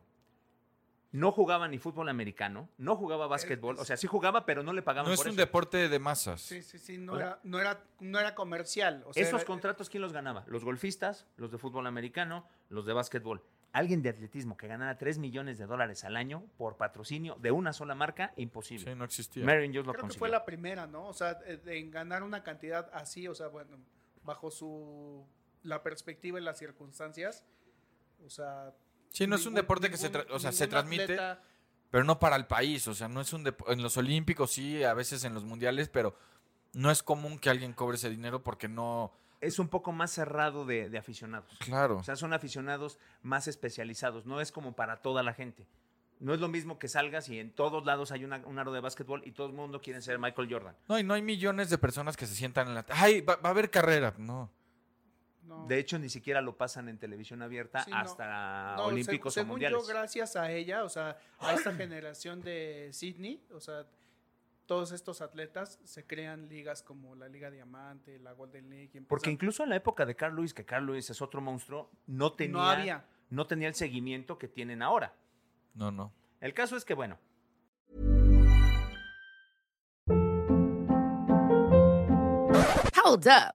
Speaker 5: no jugaba ni fútbol americano, no jugaba básquetbol, o sea, sí jugaba, pero no le pagaban
Speaker 3: No es
Speaker 5: por
Speaker 3: un
Speaker 5: eso.
Speaker 3: deporte de masas.
Speaker 4: Sí, sí, sí. No,
Speaker 5: O sea-
Speaker 4: era, no, era, no era comercial. O sea,
Speaker 5: Esos
Speaker 4: era-
Speaker 5: contratos, ¿quién los ganaba? Los golfistas, los de fútbol americano, los de básquetbol. Alguien de atletismo que ganara 3 millones de dólares al año por patrocinio de una sola marca, imposible.
Speaker 3: Sí, no existía.
Speaker 5: Marion Jones lo
Speaker 4: creo que
Speaker 5: consiguió.
Speaker 4: fue la primera, ¿no? O sea, eh, en ganar una cantidad así, o sea, bueno, bajo su la perspectiva y las circunstancias, o sea,
Speaker 3: Sí, no es un
Speaker 4: ningún-
Speaker 3: deporte que se,
Speaker 4: ningún-
Speaker 3: tra- o sea, se
Speaker 4: ningún
Speaker 3: transmite,
Speaker 4: atleta-
Speaker 3: pero no para el país. O sea, no es un dep- en los Olímpicos sí, a veces en los Mundiales, pero no es común que alguien cobre ese dinero porque no.
Speaker 5: Es un poco más cerrado de, de aficionados.
Speaker 3: Claro.
Speaker 5: O sea, son aficionados más especializados, no es como para toda la gente. No es lo mismo que salgas y en todos lados hay una- un aro de básquetbol y todo el mundo quiere ser Michael Jordan.
Speaker 3: no, y no hay millones de personas que se sientan en la. ¡Ay! Va, va a haber carrera. No.
Speaker 4: no.
Speaker 5: De hecho, ni siquiera lo pasan en televisión abierta
Speaker 4: Sí, no.
Speaker 5: hasta
Speaker 4: No,
Speaker 5: olímpicos
Speaker 4: seg-
Speaker 5: o
Speaker 4: según
Speaker 5: mundiales.
Speaker 4: yo, gracias a ella, o sea, a esta generación de Sydney, o sea, todos estos atletas se crean ligas como la Liga Diamante, la Golden League. y
Speaker 5: Porque
Speaker 4: empiezan-
Speaker 5: incluso en la época de Carl Lewis, que Carl Lewis es otro monstruo, no tenía,
Speaker 4: no había.
Speaker 5: no tenía el seguimiento que tienen ahora.
Speaker 3: No, no.
Speaker 5: El caso es que, bueno,
Speaker 2: Hold up.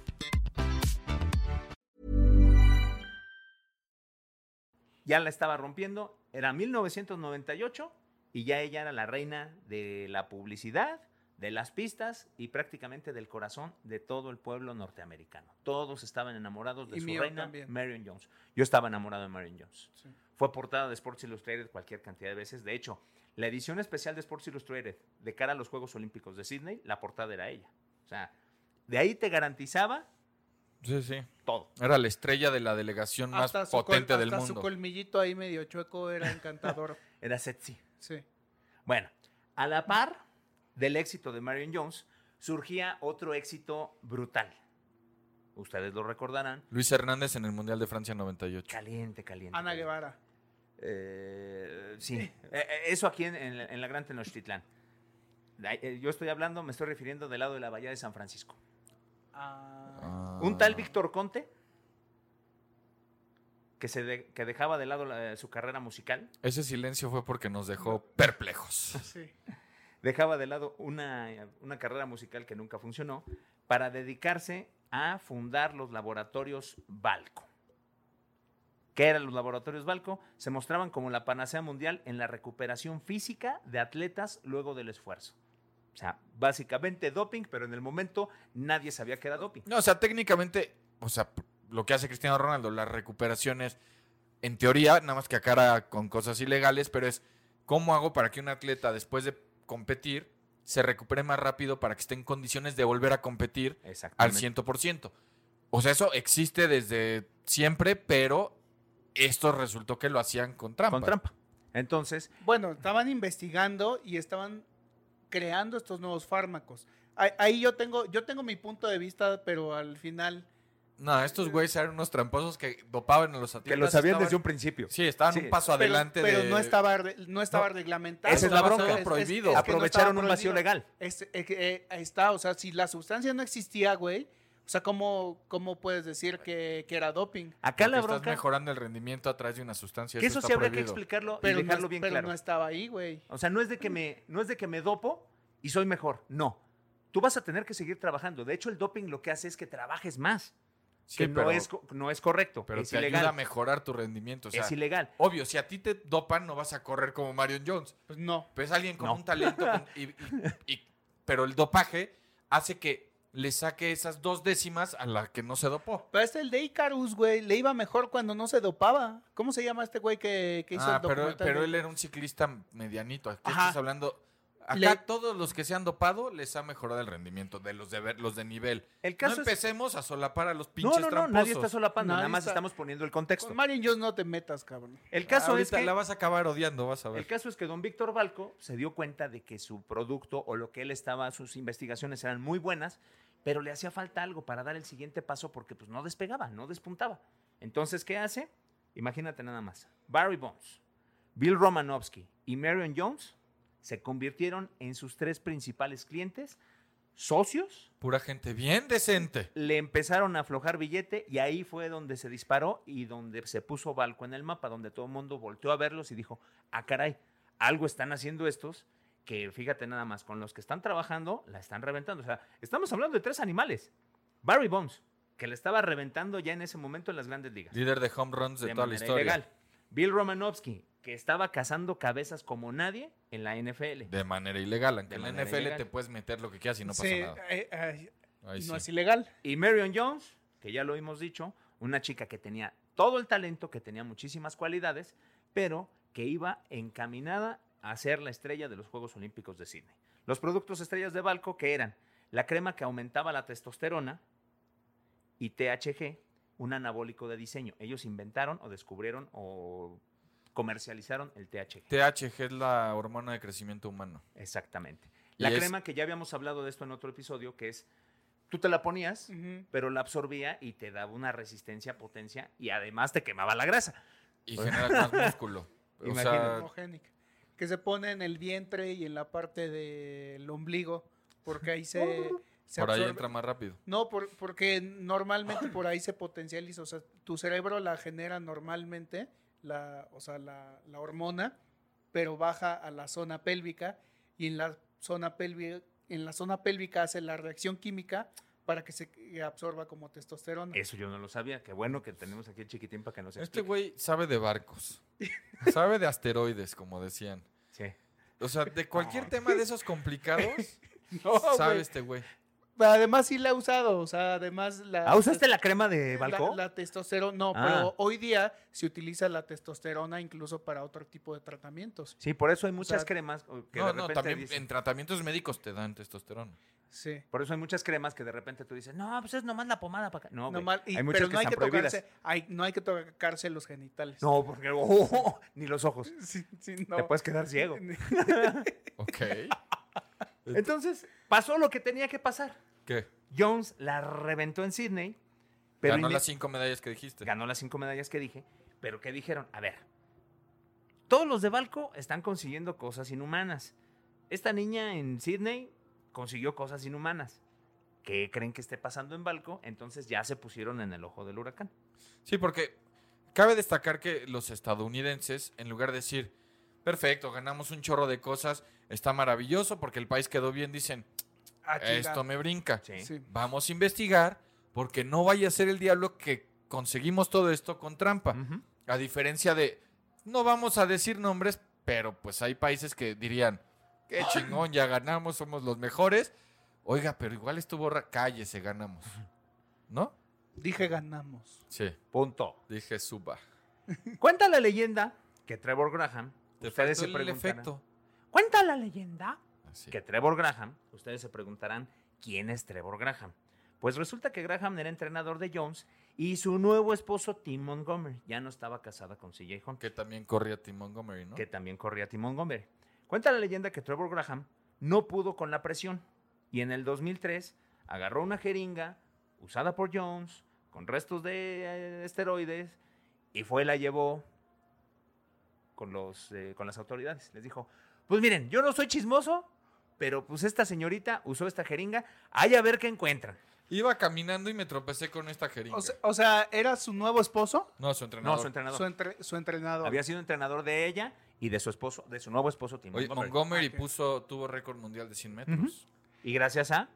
Speaker 5: ya la estaba rompiendo, era 1998 y ya ella era la reina de la publicidad, de las pistas y prácticamente del corazón de todo el pueblo norteamericano. Todos estaban enamorados de
Speaker 4: Y
Speaker 5: su
Speaker 4: mío
Speaker 5: reina,
Speaker 4: también.
Speaker 5: Marion Jones. Yo estaba enamorado de Marion Jones.
Speaker 4: Sí.
Speaker 5: Fue portada de Sports Illustrated cualquier cantidad de veces. De hecho, la edición especial de Sports Illustrated de cara a los Juegos Olímpicos de Sydney, la portada era ella. O sea, de ahí te garantizaba
Speaker 3: Sí, sí.
Speaker 5: todo.
Speaker 3: Era la estrella de la delegación más
Speaker 4: Hasta su col-
Speaker 3: potente del
Speaker 4: hasta su
Speaker 3: mundo.
Speaker 4: colmillito ahí medio chueco era encantador.
Speaker 5: Era sexy.
Speaker 4: sí.
Speaker 5: Bueno, a la par del éxito de Marion Jones, surgía otro éxito brutal. Ustedes lo recordarán.
Speaker 3: Luis Hernández en el Mundial de Francia 98.
Speaker 5: Caliente, caliente.
Speaker 4: Ana
Speaker 5: caliente.
Speaker 4: Guevara.
Speaker 5: Eh, sí, Eh, eh, eso aquí en, en la- en la Gran Tenochtitlán. La- eh, Yo estoy hablando, me estoy refiriendo del lado de la Bahía de San Francisco.
Speaker 4: Ah,
Speaker 3: Ah.
Speaker 5: Un tal Víctor Conte que, se de- que dejaba de lado la- su carrera musical,
Speaker 3: Ese silencio fue porque nos dejó perplejos.
Speaker 5: dejaba de lado una, una carrera musical que nunca funcionó para dedicarse a fundar los laboratorios Balco. ¿Qué eran los laboratorios Balco? Se mostraban como la panacea mundial en la recuperación física de atletas luego del esfuerzo. O sea, básicamente doping, pero en el momento nadie sabía que era doping.
Speaker 3: No, o sea, técnicamente, o sea, p- lo que hace Cristiano Ronaldo, las recuperaciones, en teoría, nada más que a cara con cosas ilegales, pero es cómo hago para que un atleta después de competir se recupere más rápido para que esté en condiciones de volver a competir al
Speaker 5: Exactamente.
Speaker 3: 100%. O sea, eso existe desde siempre, pero esto resultó que lo hacían con trampa.
Speaker 5: Con trampa. Entonces,
Speaker 4: Bueno, estaban investigando y estaban creando estos nuevos fármacos. Ahí, ahí yo tengo, yo tengo mi punto de vista, pero al final.
Speaker 3: No, estos güeyes eran unos tramposos que dopaban a los atletas.
Speaker 5: que lo sabían
Speaker 3: estaban-
Speaker 5: desde un principio.
Speaker 3: Sí, estaban
Speaker 5: Sí.
Speaker 3: un paso
Speaker 4: Pero-
Speaker 3: adelante
Speaker 4: pero,
Speaker 3: de-
Speaker 4: no estaba re- no estaba
Speaker 3: No.
Speaker 4: reglamentado.
Speaker 5: Esa es la bronca.
Speaker 4: Estaba
Speaker 3: Prohibido.
Speaker 4: que no estaba
Speaker 5: Aprovecharon un vacío
Speaker 4: prohibido.
Speaker 5: legal.
Speaker 4: Es- es que, eh, ahí está, o sea, si la sustancia no existía, güey, o sea, ¿cómo, cómo puedes decir que, que era doping?
Speaker 5: Acá la
Speaker 3: Porque estás
Speaker 5: bronca,
Speaker 3: mejorando el rendimiento a través de una sustancia.
Speaker 5: que eso,
Speaker 3: está
Speaker 5: sí habría que
Speaker 3: prohibido.
Speaker 5: explicarlo
Speaker 4: Pero,
Speaker 5: y dejarlo
Speaker 4: no, es-
Speaker 5: bien
Speaker 4: pero
Speaker 5: claro.
Speaker 4: no estaba ahí, güey.
Speaker 5: O sea, no es de que me, no es de que me dopo y soy mejor. No. Tú vas a tener que seguir trabajando. De hecho, el doping lo que hace es que trabajes más.
Speaker 3: Sí,
Speaker 5: que
Speaker 3: pero-
Speaker 5: no, es, co- no es correcto.
Speaker 3: Pero
Speaker 5: es
Speaker 3: te
Speaker 5: ilegal.
Speaker 3: ayuda a mejorar tu rendimiento. O sea,
Speaker 5: es ilegal.
Speaker 3: obvio, si a ti te dopan, no vas a correr como Marion Jones.
Speaker 4: Pues no.
Speaker 3: Pero es alguien con
Speaker 5: No.
Speaker 3: un talento. con- y- y- y- pero el dopaje hace que le saque esas dos décimas a la que no se dopó.
Speaker 4: Pero es el de Icarus, güey, le iba mejor cuando no se dopaba. ¿Cómo se llama este güey que, que hizo
Speaker 3: Ah,
Speaker 4: el
Speaker 3: pero,
Speaker 4: documental?
Speaker 3: pero
Speaker 4: de-
Speaker 3: él era un ciclista medianito. Aquí
Speaker 4: Ajá.
Speaker 3: estás hablando. Acá
Speaker 4: Le-
Speaker 3: todos los que se han dopado les ha mejorado el rendimiento de los de, ver- los de nivel.
Speaker 5: El
Speaker 3: No
Speaker 5: caso es-
Speaker 3: empecemos a solapar a los
Speaker 5: No,
Speaker 3: pinches
Speaker 5: no, no.
Speaker 3: tramposos.
Speaker 5: Nadie está solapando.
Speaker 4: Nadie
Speaker 5: nada más
Speaker 4: está-
Speaker 5: estamos poniendo el
Speaker 4: Con
Speaker 5: contexto.
Speaker 4: Marion Jones no te metas, cabrón.
Speaker 5: El caso es
Speaker 3: Ahorita
Speaker 5: que
Speaker 3: la vas a acabar odiando, vas a ver.
Speaker 5: El caso es que don Víctor Balco se dio cuenta de que su producto o lo que él estaba, sus investigaciones eran muy buenas, pero le hacía falta algo para dar el siguiente paso porque pues no despegaba, no despuntaba. Entonces, ¿qué hace? Imagínate nada más. Barry Bones, Bill Romanowski y Marion Jones se convirtieron en sus tres principales clientes, socios,
Speaker 3: Pura gente bien decente.
Speaker 5: le empezaron a aflojar billete y ahí fue donde se disparó y donde se puso Balco en el mapa, donde todo el mundo volteó a verlos y dijo, ah, caray, algo están haciendo estos que fíjate nada más, con los que están trabajando, la están reventando. O sea, estamos hablando de tres animales. Barry Bones, que le estaba reventando ya en ese momento en las grandes ligas.
Speaker 3: Líder de home runs de,
Speaker 5: de
Speaker 3: toda la
Speaker 5: manera
Speaker 3: historia.
Speaker 5: ilegal. Bill Romanowski, que estaba cazando cabezas como nadie en la NFL.
Speaker 3: De manera ilegal. Aunque
Speaker 5: De
Speaker 3: en la
Speaker 5: manera
Speaker 3: NFL
Speaker 5: ilegal.
Speaker 3: te puedes meter lo que quieras y no pasa
Speaker 4: Sí,
Speaker 3: nada.
Speaker 4: eh, eh,
Speaker 3: Ahí
Speaker 4: no
Speaker 3: sí.
Speaker 4: es ilegal.
Speaker 5: Y Marion Jones, que ya lo hemos dicho, una chica que tenía todo el talento, que tenía muchísimas cualidades, pero que iba encaminada a ser la estrella de los Juegos Olímpicos de Sydney. Los productos estrellas de Balco que eran la crema que aumentaba la testosterona y THG, un anabólico de diseño. Ellos inventaron o descubrieron o comercializaron el THG.
Speaker 3: THG es la hormona de crecimiento humano.
Speaker 5: Exactamente.
Speaker 3: Y
Speaker 5: La
Speaker 3: es-
Speaker 5: crema que ya habíamos hablado de esto en otro episodio, que es, tú te la ponías
Speaker 4: Ujú.
Speaker 5: pero la absorbía y te daba una resistencia, potencia y además te quemaba la grasa.
Speaker 3: Y genera más músculo. O sea,
Speaker 4: Homogénica. Que se pone en el vientre y en la parte del ombligo, porque ahí se, se
Speaker 3: por ahí
Speaker 4: absorbe.
Speaker 3: entra más rápido.
Speaker 4: No, por- porque normalmente por ahí se potencializa, o sea, tu cerebro la genera normalmente, la, o sea, la, la hormona, pero baja a la zona pélvica y en la zona pélvica, en la zona pélvica hace la reacción química para que se absorba como testosterona.
Speaker 5: Eso yo no lo sabía. Qué bueno que tenemos aquí el chiquitín para que nos
Speaker 3: Este
Speaker 5: explique.
Speaker 3: güey sabe de barcos. sabe de asteroides, como decían.
Speaker 5: Sí.
Speaker 3: O sea, de cualquier tema de esos complicados,
Speaker 4: No, güey.
Speaker 3: sabe este güey.
Speaker 4: Además sí la ha usado, o sea, además la...
Speaker 5: ¿Ah, usaste la crema de Balcó?
Speaker 4: La, la testosterona, no,
Speaker 5: Ah.
Speaker 4: pero hoy día se utiliza la testosterona incluso para otro tipo de tratamientos.
Speaker 5: Sí, por eso hay muchas
Speaker 4: sea,
Speaker 5: cremas o- que de
Speaker 3: No, no,
Speaker 5: repente
Speaker 3: también
Speaker 5: dicen-
Speaker 3: en tratamientos médicos te dan testosterona.
Speaker 4: Sí.
Speaker 5: Por eso hay muchas cremas que de repente tú dices, no, pues es nomás la pomada para acá. No, güey.
Speaker 4: Nomás- y-
Speaker 5: hay muchas
Speaker 4: pero
Speaker 5: que
Speaker 4: no hay
Speaker 5: están
Speaker 4: que
Speaker 5: prohibidas.
Speaker 4: tocarse, hay- no hay que tocarse los genitales.
Speaker 5: No, porque oh, ni los ojos.
Speaker 4: Sí, sí, no.
Speaker 5: Te puedes quedar ciego.
Speaker 3: Ok.
Speaker 5: Entonces, pasó lo que tenía que pasar.
Speaker 3: ¿Qué?
Speaker 5: Jones la reventó en Sydney. Pero
Speaker 3: Ganó
Speaker 5: ine-
Speaker 3: las cinco medallas que dijiste.
Speaker 5: este, ganó las cinco medallas que dije, pero que dijeron, a ver, todos los de Balco están consiguiendo cosas inhumanas. Esta niña en Sydney consiguió cosas inhumanas. ¿Qué creen que esté pasando en Balco? Entonces ya se pusieron en el ojo del huracán.
Speaker 3: Sí, porque Cabe destacar que los estadounidenses, en lugar de decir, perfecto, ganamos un chorro de cosas, está maravilloso porque el país quedó bien, dicen,
Speaker 1: Ah, chinga.
Speaker 3: esto me brinca.
Speaker 5: Sí.
Speaker 1: Sí.
Speaker 3: Vamos a investigar porque no vaya a ser el diablo que conseguimos todo esto con trampa.
Speaker 5: Ujú.
Speaker 3: A diferencia de, no vamos a decir nombres, pero pues hay países que dirían, qué chingón, ya ganamos, somos los mejores. Oiga, pero igual estuvo, ra- cállese, ganamos. ¿No?
Speaker 1: Dije ganamos.
Speaker 3: Sí,
Speaker 5: Punto.
Speaker 3: dije suba.
Speaker 5: Cuenta la leyenda que Trevor Graham, ustedes se
Speaker 3: el
Speaker 5: preguntarán, Ah,
Speaker 3: efecto.
Speaker 4: Cuenta la leyenda.
Speaker 3: Así.
Speaker 5: que Trevor Graham, ustedes se preguntarán, ¿quién es Trevor Graham? Pues resulta que Graham era entrenador de Jones y su nuevo esposo Tim Montgomery ya no estaba casada con CJ Hunt,
Speaker 3: Que también corría Tim Montgomery, ¿no?
Speaker 5: que también corría Tim Montgomery. Cuenta la leyenda que Trevor Graham no pudo con la presión y en el 2003 agarró una jeringa usada por Jones con restos de eh, esteroides y fue y la llevó con, los, eh, con las autoridades. Les dijo, pues miren, yo no soy chismoso, pero pues esta señorita usó esta jeringa, hay a ver qué encuentran.
Speaker 3: Iba caminando y me tropecé con esta jeringa.
Speaker 1: O se- o sea, ¿era su nuevo esposo?
Speaker 3: no, su
Speaker 5: No,
Speaker 3: entrenador.
Speaker 5: su entrenador.
Speaker 1: Su, entre- su entrenador.
Speaker 5: Había sido entrenador de ella y de su esposo, de su nuevo esposo Tim
Speaker 3: Oye,
Speaker 5: Montgomery.
Speaker 3: Montgomery
Speaker 1: Ah, ok.
Speaker 3: puso, tuvo récord mundial de 100 metros.
Speaker 5: Y gracias a...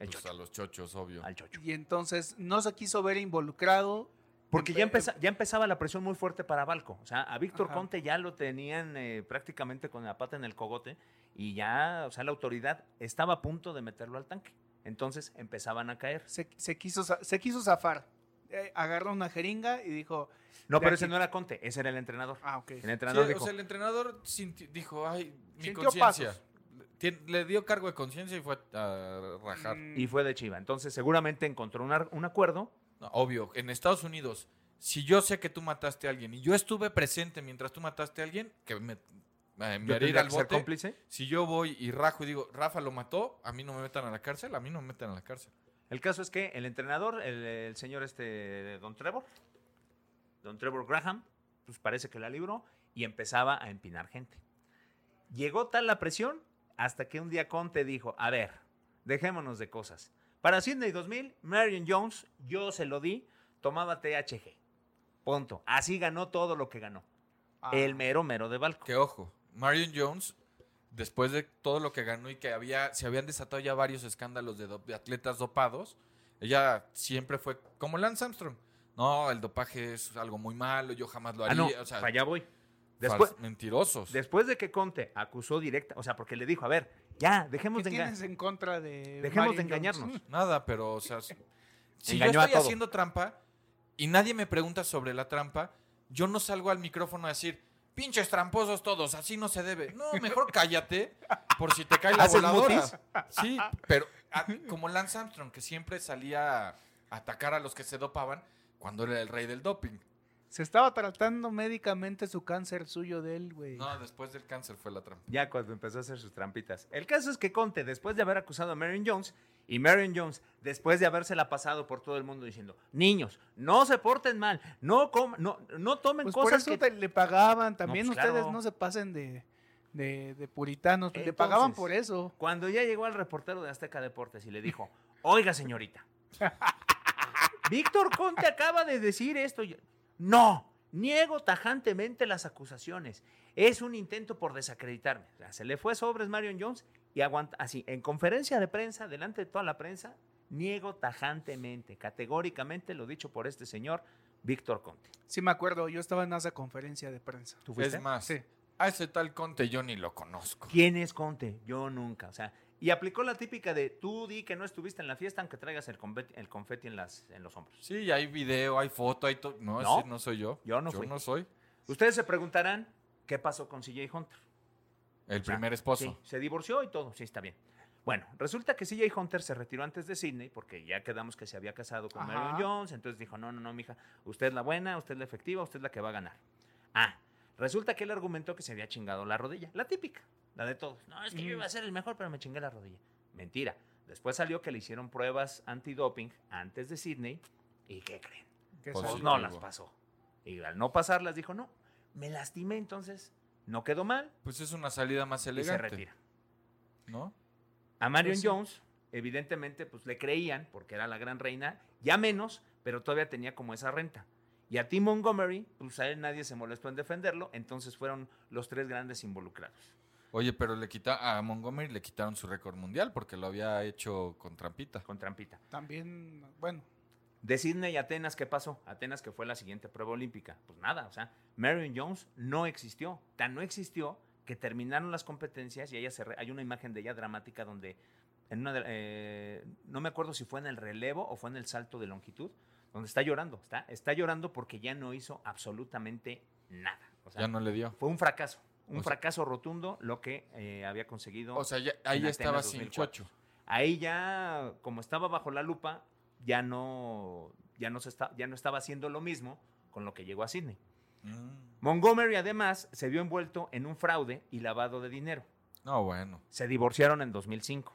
Speaker 5: el
Speaker 3: Pues
Speaker 5: chocho,
Speaker 3: a los chochos, obvio.
Speaker 5: al chocho.
Speaker 1: Y entonces no se quiso ver involucrado.
Speaker 5: Porque ya,
Speaker 1: Empe-
Speaker 3: em
Speaker 5: empeza- ya empezaba la presión muy fuerte para Balco. O sea, a Víctor
Speaker 1: Ajá.
Speaker 5: Conte ya lo tenían eh, prácticamente con la pata en el cogote y ya, o sea, la autoridad estaba a punto de meterlo al tanque. Entonces empezaban a caer.
Speaker 1: Se, se quiso, za- se quiso zafar. Eh, agarró una jeringa y dijo,
Speaker 5: No,
Speaker 1: De
Speaker 5: pero
Speaker 1: aquí-
Speaker 5: ese no era Conte, ese era el entrenador.
Speaker 1: ah, ok.
Speaker 5: El
Speaker 3: Sí,
Speaker 5: entrenador
Speaker 3: o
Speaker 5: dijo,
Speaker 3: sea, el entrenador sinti- dijo, ay, mi
Speaker 1: Sintió
Speaker 3: conciencia.
Speaker 1: pasos.
Speaker 3: Tien- Le dio cargo de conciencia y fue a rajar.
Speaker 1: Mm,
Speaker 5: y fue de Chiva. Entonces seguramente encontró un, ar- un acuerdo.
Speaker 3: No, obvio, en Estados Unidos, si yo sé que tú mataste a alguien y yo estuve presente mientras tú mataste a alguien, que me, me, me
Speaker 5: Yo
Speaker 3: haría ir
Speaker 5: tendría
Speaker 3: al
Speaker 5: que ser
Speaker 3: bote.
Speaker 5: cómplice.
Speaker 3: Si yo voy y rajo y digo, Rafa lo mató, a mí no me metan a la cárcel, a mí no me metan a la cárcel.
Speaker 5: El caso es que el entrenador, el, el señor este, Don Trevor, Don Trevor Graham, pues parece que la libró y empezaba a empinar gente. Llegó tal la presión hasta que un día Conte dijo, a ver, dejémonos de cosas. Para Sydney 2000, Marion Jones, yo se lo di, tomaba THG. Punto. Así ganó todo lo que ganó.
Speaker 1: ah,
Speaker 5: El mero mero de Balco.
Speaker 3: Que ojo, Marion Jones, después de todo lo que ganó y que había, se habían desatado ya varios escándalos de, do- de atletas dopados, ella siempre fue como Lance Armstrong. No, el dopaje es algo muy malo, yo jamás lo
Speaker 5: Ah,
Speaker 3: haría.
Speaker 5: no,
Speaker 3: o sea,
Speaker 5: para allá voy.
Speaker 3: fals-
Speaker 5: Después,
Speaker 3: mentirosos.
Speaker 5: después de que Conte acusó directa, o sea, porque le dijo, a ver, ya,
Speaker 1: ¿Qué
Speaker 5: dejemos de engañar.
Speaker 1: tienes en contra de
Speaker 5: Dejemos de
Speaker 1: Marion Jones?
Speaker 5: engañarnos.
Speaker 3: Nada, pero, o sea, s- si yo
Speaker 5: Engañó a
Speaker 3: estoy
Speaker 5: todo.
Speaker 3: haciendo trampa y nadie me pregunta sobre la trampa, yo no salgo al micrófono a decir, pinches tramposos todos, así no se debe. No, mejor cállate por si te cae la
Speaker 5: ¿Haces
Speaker 3: voladora.
Speaker 5: mutis?
Speaker 3: Sí, pero a- como Lance Armstrong, que siempre salía a atacar a los que se dopaban cuando era el rey del doping.
Speaker 1: Se estaba tratando médicamente su cáncer suyo de él, güey.
Speaker 3: No, después del cáncer fue la trampa.
Speaker 5: Ya cuando empezó a hacer sus trampitas. El caso es que Conte, después de haber acusado a Marion Jones, y Marion Jones, después de habérsela pasado por todo el mundo diciendo, niños, no se porten mal, no, com- no, no tomen
Speaker 1: pues por
Speaker 5: cosas
Speaker 1: eso
Speaker 5: que...
Speaker 1: te- le pagaban. También
Speaker 5: pues,
Speaker 1: ustedes
Speaker 5: claro.
Speaker 1: no se pasen de, de- de puritanos. le
Speaker 5: Entonces,
Speaker 1: pagaban por eso.
Speaker 5: Cuando ya llegó al reportero de Azteca Deportes y le dijo, oiga señorita, Víctor Conte acaba de decir esto. y- No, niego tajantemente las acusaciones. Es un intento por desacreditarme. O sea, se le fue sobres Marion Jones y aguanta así, en conferencia de prensa, delante de toda la prensa, niego tajantemente, categóricamente lo dicho por este señor Víctor Conte.
Speaker 1: Sí me acuerdo, yo estaba en esa conferencia de prensa.
Speaker 5: ¿Tú fuiste?
Speaker 3: Es más,
Speaker 1: Sí.
Speaker 3: a ese tal Conte yo ni lo conozco.
Speaker 5: ¿Quién es Conte? Yo nunca. O sea, y aplicó la típica de tú di que no estuviste en la fiesta aunque traigas el confeti, el confeti en, las, en los hombros.
Speaker 3: Sí, hay video, hay foto, hay todo. No,
Speaker 5: No,
Speaker 3: ese no soy yo.
Speaker 5: yo no fui.
Speaker 3: Yo no soy.
Speaker 5: Ustedes se preguntarán qué pasó con CJ Hunter.
Speaker 3: El
Speaker 5: O sea,
Speaker 3: primer esposo.
Speaker 5: Sí, se divorció y todo, sí, está bien. Bueno, resulta que CJ Hunter se retiró antes de Sydney porque ya quedamos que se había casado con
Speaker 1: Ajá.
Speaker 5: Marion Jones, entonces dijo, no, no, no, mija, usted es la buena, usted es la efectiva, usted es la que va a ganar. Ah, resulta que él argumentó que se había chingado la rodilla, la típica, la de todos. No, es que yo iba a ser el mejor, pero me chingué la rodilla. Mentira. Después salió que le hicieron pruebas antidoping antes de Sydney y ¿qué creen?
Speaker 1: Que
Speaker 3: Pues
Speaker 1: sal-
Speaker 5: Pues
Speaker 3: sí.
Speaker 5: no
Speaker 3: Positivo.
Speaker 5: las pasó. Y al no pasarlas dijo, no, me lastimé entonces, no quedó mal
Speaker 3: Pues es una salida más
Speaker 5: y se
Speaker 3: elegante.
Speaker 5: retira.
Speaker 3: ¿No?
Speaker 5: A Marion
Speaker 1: Pues sí.
Speaker 5: Jones, evidentemente, pues le creían, porque era la gran reina, ya menos, pero todavía tenía como esa renta. Y a Tim Montgomery, pues a él nadie se molestó en defenderlo, entonces fueron los tres grandes involucrados.
Speaker 3: Oye, pero le quita a Montgomery le quitaron su récord mundial porque lo había hecho con trampita.
Speaker 5: Con trampita.
Speaker 1: También, bueno,
Speaker 5: De Sydney y Atenas, ¿qué pasó? Atenas, que fue la siguiente prueba olímpica. Pues nada, o sea, Marion Jones no existió. Tan no existió que terminaron las competencias y ella se re- hay una imagen de ella dramática donde, en una de- eh, no me acuerdo si fue en el relevo o fue en el salto de longitud, donde está llorando. Está, está llorando porque ya no hizo absolutamente nada. O sea,
Speaker 3: Ya no le dio.
Speaker 5: fue un fracaso. Un
Speaker 3: O sea-
Speaker 5: fracaso rotundo lo que eh, había conseguido.
Speaker 3: O sea, ya- ahí
Speaker 5: Atenas
Speaker 3: estaba sin
Speaker 5: 2004.
Speaker 3: chocho.
Speaker 5: Ahí ya, como estaba bajo la lupa, ya no, ya no, se está, ya no estaba haciendo lo mismo con lo que llegó a Sydney.
Speaker 3: Mm.
Speaker 5: Montgomery además se vio envuelto en un fraude y lavado de dinero.
Speaker 3: No, bueno.
Speaker 5: Se divorciaron en 2005.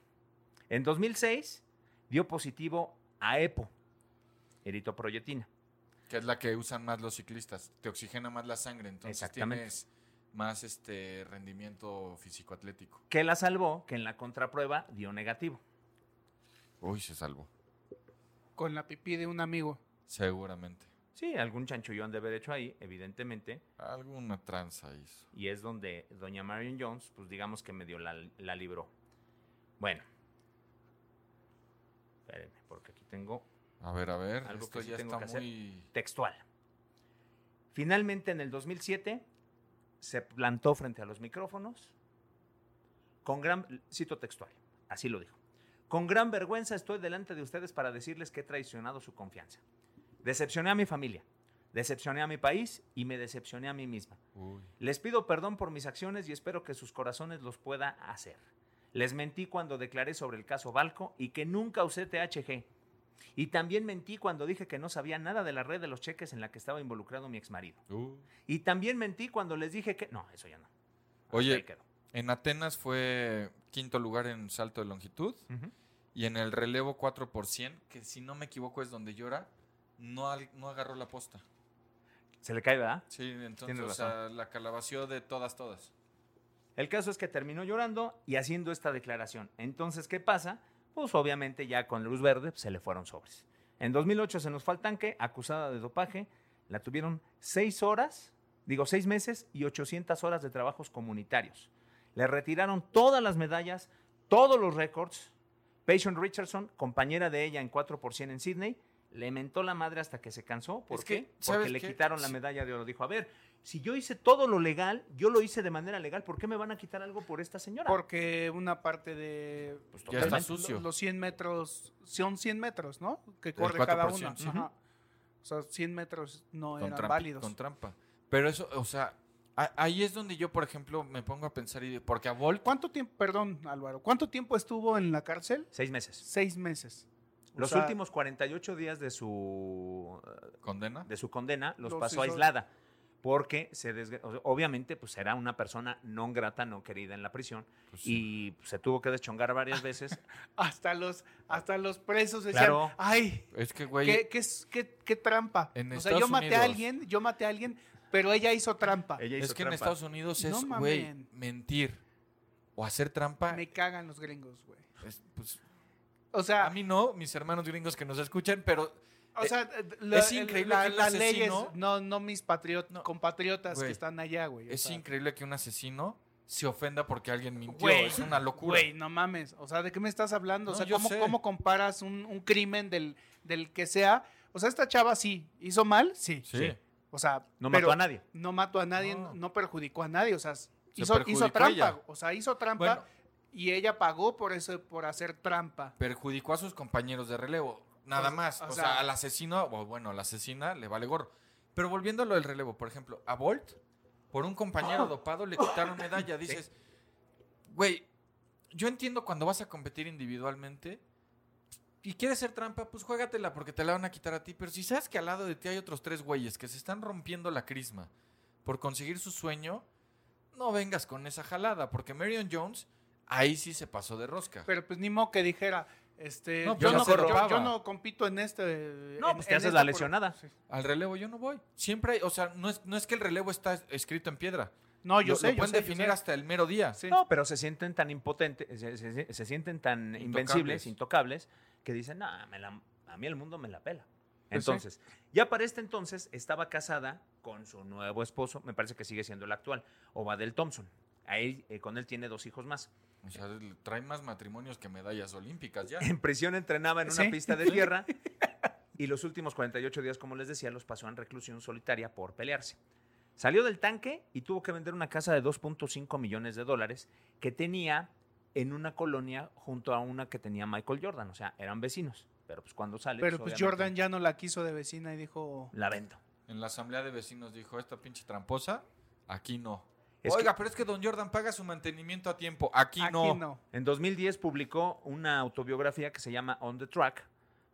Speaker 5: En 2006 dio positivo a EPO, eritoproyetina.
Speaker 3: Que es la que usan más los ciclistas. Te oxigena más la sangre, entonces
Speaker 5: Exactamente.
Speaker 3: tienes más este rendimiento físico-atlético.
Speaker 5: que la salvó, que en la contraprueba dio negativo.
Speaker 3: Uy, se salvó.
Speaker 1: con la pipí de un amigo.
Speaker 3: Seguramente.
Speaker 5: Sí, algún chanchullón debe de haber hecho ahí, evidentemente,
Speaker 3: Alguna tranza hizo.
Speaker 5: y es donde doña Marion Jones, pues digamos que medio la, la libró. Bueno. Espérenme, porque aquí tengo
Speaker 3: A ver, a ver.
Speaker 5: Algo que
Speaker 3: esto
Speaker 5: sí
Speaker 3: ya
Speaker 5: tengo
Speaker 3: está
Speaker 5: que hacer.
Speaker 3: muy.
Speaker 5: textual. Finalmente, en el 2007, se plantó frente a los micrófonos con gran... Cito textual, así lo dijo. Con gran vergüenza estoy delante de ustedes para decirles que he traicionado su confianza. Decepcioné a mi familia, decepcioné a mi país y me decepcioné a mí misma.
Speaker 3: Uy.
Speaker 5: Les pido perdón por mis acciones y espero que sus corazones los pueda hacer. Les mentí cuando declaré sobre el caso Balco y que nunca usé THG. Y también mentí cuando dije que no sabía nada de la red de los cheques en la que estaba involucrado mi exmarido.
Speaker 3: Uh.
Speaker 5: Y también mentí cuando les dije que... No, eso ya no. Hasta
Speaker 3: Oye.
Speaker 5: ahí quedó.
Speaker 3: En Atenas fue quinto lugar en salto de longitud.
Speaker 5: Ujú.
Speaker 3: Y en el relevo 4 por 100, que si no me equivoco es donde llora, no, al- no agarró la posta.
Speaker 5: Se le cae, ¿verdad?
Speaker 3: Sí, entonces
Speaker 5: Tienes
Speaker 3: o sea, la calabació de todas, todas.
Speaker 5: El caso es que terminó llorando y haciendo esta declaración. Entonces, ¿qué pasa? Pues obviamente ya con luz verde pues, se le fueron sobres. En 2008 se nos fue al tanque, acusada de dopaje, la tuvieron seis horas, digo seis meses y 800 horas de trabajos comunitarios. Le retiraron todas las medallas, todos los récords. Patient Richardson, compañera de ella en 4% en Sydney, le mentó la madre hasta que se cansó. ¿Por
Speaker 3: Es que,
Speaker 5: qué? Porque
Speaker 3: ¿sabes
Speaker 5: le
Speaker 3: qué?
Speaker 5: quitaron la
Speaker 3: Sí.
Speaker 5: medalla de oro. Dijo, a ver, si yo hice todo lo legal, yo lo hice de manera legal, ¿por qué me van a quitar algo por esta señora?
Speaker 1: Porque una parte de
Speaker 5: Pues,
Speaker 3: Ya está
Speaker 5: totalmente.
Speaker 3: sucio.
Speaker 1: los 100 metros, son 100 metros, ¿no? Que
Speaker 3: El
Speaker 1: corre
Speaker 3: 4%,
Speaker 1: cada una.
Speaker 3: ujú.
Speaker 1: Ajá. O sea, 100 metros no
Speaker 3: Con,
Speaker 1: eran
Speaker 3: trampa-
Speaker 1: válidos.
Speaker 3: con trampa. Pero eso, o sea, a- ahí es donde yo, por ejemplo, me pongo a pensar, y de- porque a Bolt,
Speaker 1: ¿Cuánto tiempo, perdón Álvaro, cuánto tiempo estuvo en la cárcel?
Speaker 5: Seis meses.
Speaker 1: Seis meses. O
Speaker 5: Los
Speaker 1: sea,
Speaker 5: últimos 48 días de su, eh,
Speaker 3: condena,
Speaker 5: de su condena los
Speaker 1: Los
Speaker 5: pasó
Speaker 1: hizo-
Speaker 5: aislada. Porque se desgra- o sea, obviamente pues era una persona no grata, no querida en la prisión
Speaker 3: pues, sí.
Speaker 5: y se tuvo que deschongar varias veces.
Speaker 1: Hasta los, hasta los presos decían,
Speaker 5: Claro.
Speaker 1: ay,
Speaker 3: es que, güey,
Speaker 1: qué, qué, es- qué- qué trampa.
Speaker 3: En
Speaker 1: o sea, yo
Speaker 3: Estados
Speaker 1: maté a
Speaker 3: Unidos.
Speaker 1: alguien, yo maté a alguien, pero ella hizo trampa.
Speaker 5: Ella
Speaker 3: es
Speaker 5: hizo
Speaker 3: que en
Speaker 5: trampa.
Speaker 3: Estados Unidos es,
Speaker 1: No
Speaker 3: güey,
Speaker 1: mamen.
Speaker 3: mentir o hacer trampa.
Speaker 1: Me cagan los gringos, güey.
Speaker 3: es, pues,
Speaker 1: O
Speaker 3: a
Speaker 1: sea,
Speaker 3: mí no, mis hermanos gringos que nos escuchan, pero
Speaker 1: o
Speaker 3: eh,
Speaker 1: sea la-
Speaker 3: es increíble
Speaker 1: la-
Speaker 3: que un
Speaker 1: las leyes,
Speaker 3: asesino-
Speaker 1: no, no mis patriot-
Speaker 3: No.
Speaker 1: compatriotas
Speaker 3: Güey,
Speaker 1: que están allá, güey. o
Speaker 3: es
Speaker 1: sea.
Speaker 3: increíble que un asesino se ofenda porque alguien mintió.
Speaker 1: Güey,
Speaker 3: es una locura.
Speaker 1: Güey, no mames. O sea, ¿de qué me estás hablando? o
Speaker 3: No,
Speaker 1: sea,
Speaker 3: yo
Speaker 1: ¿cómo,
Speaker 3: sé.
Speaker 1: cómo comparas un, un crimen del, del que sea? O sea, esta chava sí. ¿Hizo mal? Sí.
Speaker 3: Sí.
Speaker 5: Sí.
Speaker 1: O sea,
Speaker 5: No
Speaker 1: pero
Speaker 5: mató a nadie.
Speaker 1: No mató a nadie,
Speaker 3: No.
Speaker 1: no, no perjudicó a nadie. O sea, hizo,
Speaker 3: perjudicó
Speaker 1: hizo trampa.
Speaker 3: ella.
Speaker 1: O sea, hizo trampa
Speaker 3: Bueno.
Speaker 1: y ella pagó por eso, por hacer trampa.
Speaker 3: perjudicó a sus compañeros de relevo, nada
Speaker 1: O-
Speaker 3: más.
Speaker 1: Pues, o
Speaker 3: O, sea,
Speaker 1: sea-
Speaker 3: al asesino, o bueno, a la asesina le vale gorro. Pero volviendo a lo del relevo, por ejemplo, a Bolt, por un
Speaker 1: Ah.
Speaker 3: compañero dopado le quitaron medalla. Dices, güey, yo entiendo cuando vas a competir individualmente y quieres ser trampa, pues juégatela porque te la van a quitar a ti. Pero si sabes que al lado de ti hay otros tres güeyes que se están rompiendo la crisma por conseguir su sueño, no vengas con esa jalada, porque Marion Jones ahí sí se pasó de rosca.
Speaker 1: Pero pues ni modo que dijera. Este,
Speaker 3: No,
Speaker 1: yo,
Speaker 3: pues,
Speaker 1: no,
Speaker 3: se
Speaker 1: yo-
Speaker 3: robaba.
Speaker 1: yo no compito en este.
Speaker 5: No,
Speaker 1: en-
Speaker 5: pues, te
Speaker 1: en
Speaker 5: haces
Speaker 1: esta
Speaker 5: la
Speaker 1: por-
Speaker 5: lesionada.
Speaker 1: Sí.
Speaker 3: Al relevo yo no voy. Siempre hay, o sea, no es, no es que el relevo está es- escrito en piedra.
Speaker 1: No, yo
Speaker 3: Lo-
Speaker 1: sé.
Speaker 3: Lo
Speaker 1: yo
Speaker 3: pueden
Speaker 1: sé, yo
Speaker 3: definir
Speaker 1: sé.
Speaker 3: hasta el mero día.
Speaker 1: Sí.
Speaker 5: No, pero se sienten tan impotentes, se, se- se sienten tan invencibles, intocables, que dicen, no, me la- a mí el mundo me la pela. Entonces, ya para este entonces estaba casada con su nuevo esposo, me parece que sigue siendo el actual, Obadel Thompson. Ahí, eh, con él tiene dos hijos más.
Speaker 3: O sea, el- trae más matrimonios que medallas olímpicas ya.
Speaker 5: En prisión entrenaba en una
Speaker 1: Sí.
Speaker 5: pista de tierra y los últimos 48 días, como les decía, los pasó en reclusión solitaria por pelearse. Salió del tanque y tuvo que vender una casa de 2.5 millones de dólares que tenía en una colonia junto a una que tenía Michael Jordan. O sea, eran vecinos. Pero pues cuando sale...
Speaker 1: Pero pues
Speaker 5: obviamente,
Speaker 1: Jordan ya no la quiso de vecina y dijo,
Speaker 5: La vendo.
Speaker 3: En la asamblea de vecinos dijo, esta pinche tramposa, aquí no.
Speaker 5: Es
Speaker 3: Oiga, pero es que don Jordan paga su mantenimiento a tiempo, aquí,
Speaker 1: aquí
Speaker 3: no.
Speaker 1: no.
Speaker 5: En 2010 publicó una autobiografía que se llama On the Track,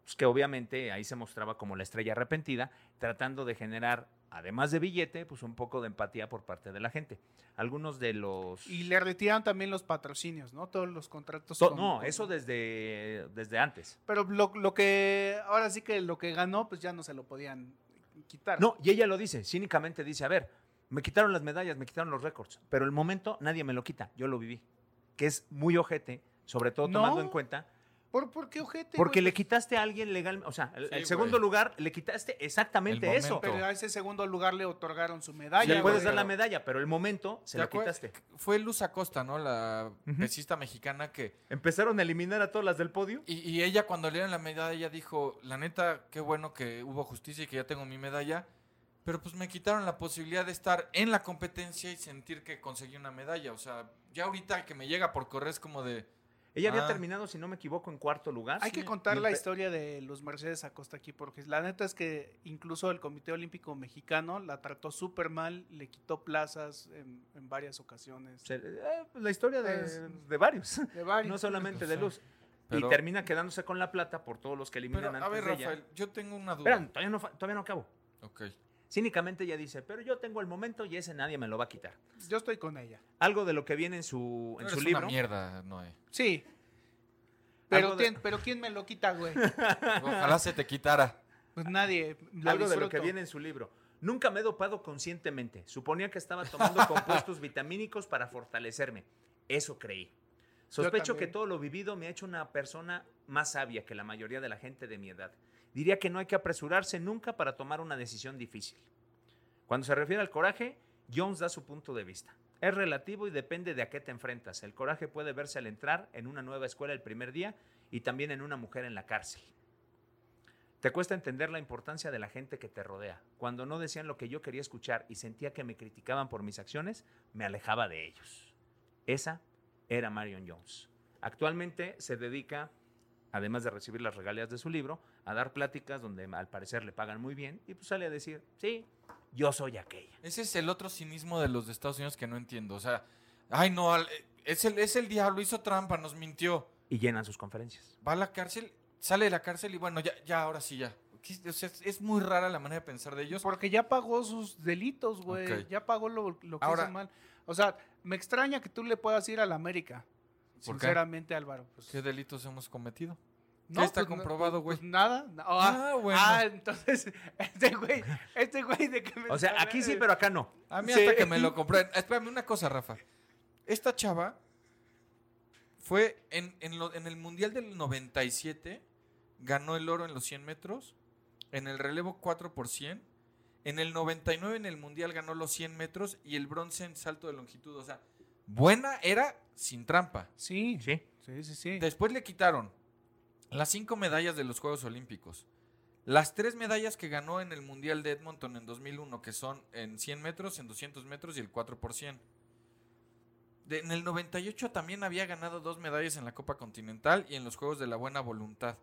Speaker 5: pues que obviamente ahí se mostraba como la estrella arrepentida, tratando de generar, además de billete, pues un poco de empatía por parte de la gente. Algunos de los...
Speaker 1: Y le retiraron también los patrocinios, ¿no? Todos los contratos.
Speaker 5: To-
Speaker 1: con-
Speaker 5: no,
Speaker 1: con-
Speaker 5: eso desde, desde antes.
Speaker 1: Pero lo, lo que, ahora sí que lo que ganó, pues ya no se lo podían quitar.
Speaker 5: No, y ella lo dice, cínicamente dice, a ver, me quitaron las medallas, me quitaron los récords, pero el momento nadie me lo quita, yo lo viví, que es muy ojete, sobre todo
Speaker 1: No.
Speaker 5: tomando en cuenta
Speaker 1: ¿Por, por qué ojete?
Speaker 5: Porque
Speaker 1: güey? Pues,
Speaker 5: le quitaste a alguien legalmente. O sea,
Speaker 3: pues,
Speaker 5: el,
Speaker 3: Sí,
Speaker 5: el
Speaker 3: güey.
Speaker 5: segundo lugar le quitaste exactamente
Speaker 3: El
Speaker 5: eso.
Speaker 3: momento.
Speaker 1: Pero a ese segundo lugar le otorgaron su medalla.
Speaker 5: Le
Speaker 3: Sí,
Speaker 5: puedes
Speaker 1: Ah, güey.
Speaker 5: dar la
Speaker 3: pero-
Speaker 5: medalla, pero el momento
Speaker 3: ¿Te
Speaker 5: se lo
Speaker 3: acuerdas?
Speaker 5: quitaste.
Speaker 3: Fue Luz Acosta, ¿no? La
Speaker 5: Ujú.
Speaker 3: pesista mexicana que...
Speaker 5: Empezaron a eliminar a todas las del podio.
Speaker 3: Y, y ella cuando le dieron la medalla, ella dijo, la neta, qué bueno que hubo justicia y que ya tengo mi medalla, pero pues me quitaron la posibilidad de estar en la competencia y sentir que conseguí una medalla. O sea, ya ahorita que me llega por correr es como de...
Speaker 5: Ella había
Speaker 3: Ah.
Speaker 5: terminado, si no me equivoco, en cuarto lugar.
Speaker 1: Hay que
Speaker 3: Sí,
Speaker 1: contar
Speaker 5: y
Speaker 1: la
Speaker 5: empe-
Speaker 1: historia de los Mercedes Acosta aquí, porque la neta es que incluso el Comité Olímpico Mexicano la trató súper mal, le quitó plazas en, en varias ocasiones.
Speaker 5: Se- eh, la historia de,
Speaker 1: Es-
Speaker 5: de varios.
Speaker 1: De varios.
Speaker 5: No solamente de
Speaker 3: Sí.
Speaker 5: luz.
Speaker 3: Pero-
Speaker 5: Y termina quedándose con la plata por todos los que eliminan
Speaker 3: Pero
Speaker 5: antes
Speaker 3: a ver,
Speaker 5: de ella.
Speaker 3: Rafael, yo tengo una duda.
Speaker 5: Espera, todavía no, fa- todavía no acabo.
Speaker 3: Ok.
Speaker 5: Cínicamente ella dice, pero yo tengo el momento y ese nadie me lo va a quitar.
Speaker 1: Yo estoy con ella.
Speaker 5: Algo de lo que viene en su, en
Speaker 3: Eres
Speaker 5: su
Speaker 3: una
Speaker 5: libro.
Speaker 3: mierda, Noé.
Speaker 1: Sí. Pero,
Speaker 5: Algo de-
Speaker 1: ¿quién, pero ¿quién me lo quita, güey?
Speaker 3: Ojalá se te quitara.
Speaker 1: Pues nadie. lo
Speaker 5: Algo de lo
Speaker 1: disfruto.
Speaker 5: que viene en su libro. Nunca me he dopado conscientemente. Suponía que estaba tomando compuestos vitamínicos para fortalecerme. Eso creí. Sospecho que
Speaker 1: también.
Speaker 5: todo lo vivido me ha hecho una persona más sabia que la mayoría de la gente de mi edad. Diría que no hay que apresurarse nunca para tomar una decisión difícil. Cuando se refiere al coraje, Jones da su punto de vista. Es relativo y depende de a qué te enfrentas. El coraje puede verse al entrar en una nueva escuela el primer día y también en una mujer en la cárcel. Te cuesta entender la importancia de la gente que te rodea. Cuando no decían lo que yo quería escuchar y sentía que me criticaban por mis acciones, me alejaba de ellos. Esa era Marion Jones. Actualmente se dedica, además de recibir las regalías de su libro, a dar pláticas donde al parecer le pagan muy bien y pues sale a decir, sí, yo soy aquella.
Speaker 3: Ese es el otro cinismo de los de Estados Unidos que no entiendo. O sea, ay no, al- es el, es el diablo, hizo trampa, nos mintió.
Speaker 5: Y llenan sus conferencias.
Speaker 3: Va a la cárcel, sale de la cárcel y bueno, ya, ya ahora sí, ya. ¿Qué- o sea, es, es muy rara la manera de pensar de ellos.
Speaker 1: Porque ya pagó sus delitos, güey.
Speaker 3: Ok.
Speaker 1: Ya pagó lo, lo que
Speaker 3: Ahora-
Speaker 1: hizo mal. O sea, me extraña que tú le puedas ir a la América.
Speaker 3: ¿Por qué?
Speaker 1: sinceramente, Álvaro. Pues,
Speaker 3: ¿Qué delitos hemos cometido?
Speaker 1: No,
Speaker 3: está
Speaker 1: pues, no,
Speaker 3: comprobado, güey?
Speaker 1: pues nada. No, ah,
Speaker 3: Ah, bueno.
Speaker 1: ah, entonces, este güey, este güey de que me
Speaker 5: O sea,
Speaker 1: está-
Speaker 5: aquí sí, pero acá no.
Speaker 3: A mí
Speaker 1: Sí.
Speaker 3: hasta que me lo compré. Espérame una cosa, Rafa. Esta chava fue en, en lo- en el Mundial del 97, ganó el oro en los 100 metros, en el relevo 4 por 100, en el 99 en el Mundial ganó los 100 metros y el bronce en salto de longitud. O sea, buena era sin trampa.
Speaker 1: Sí,
Speaker 5: Sí.
Speaker 1: sí, sí, sí.
Speaker 3: Después le quitaron las cinco medallas de los Juegos Olímpicos, las tres medallas que ganó en el Mundial de Edmonton en 2001, que son en 100 metros, en 200 metros y el 4 por 100. De- en el 98 también había ganado dos medallas en la Copa Continental y en los Juegos de la Buena Voluntad.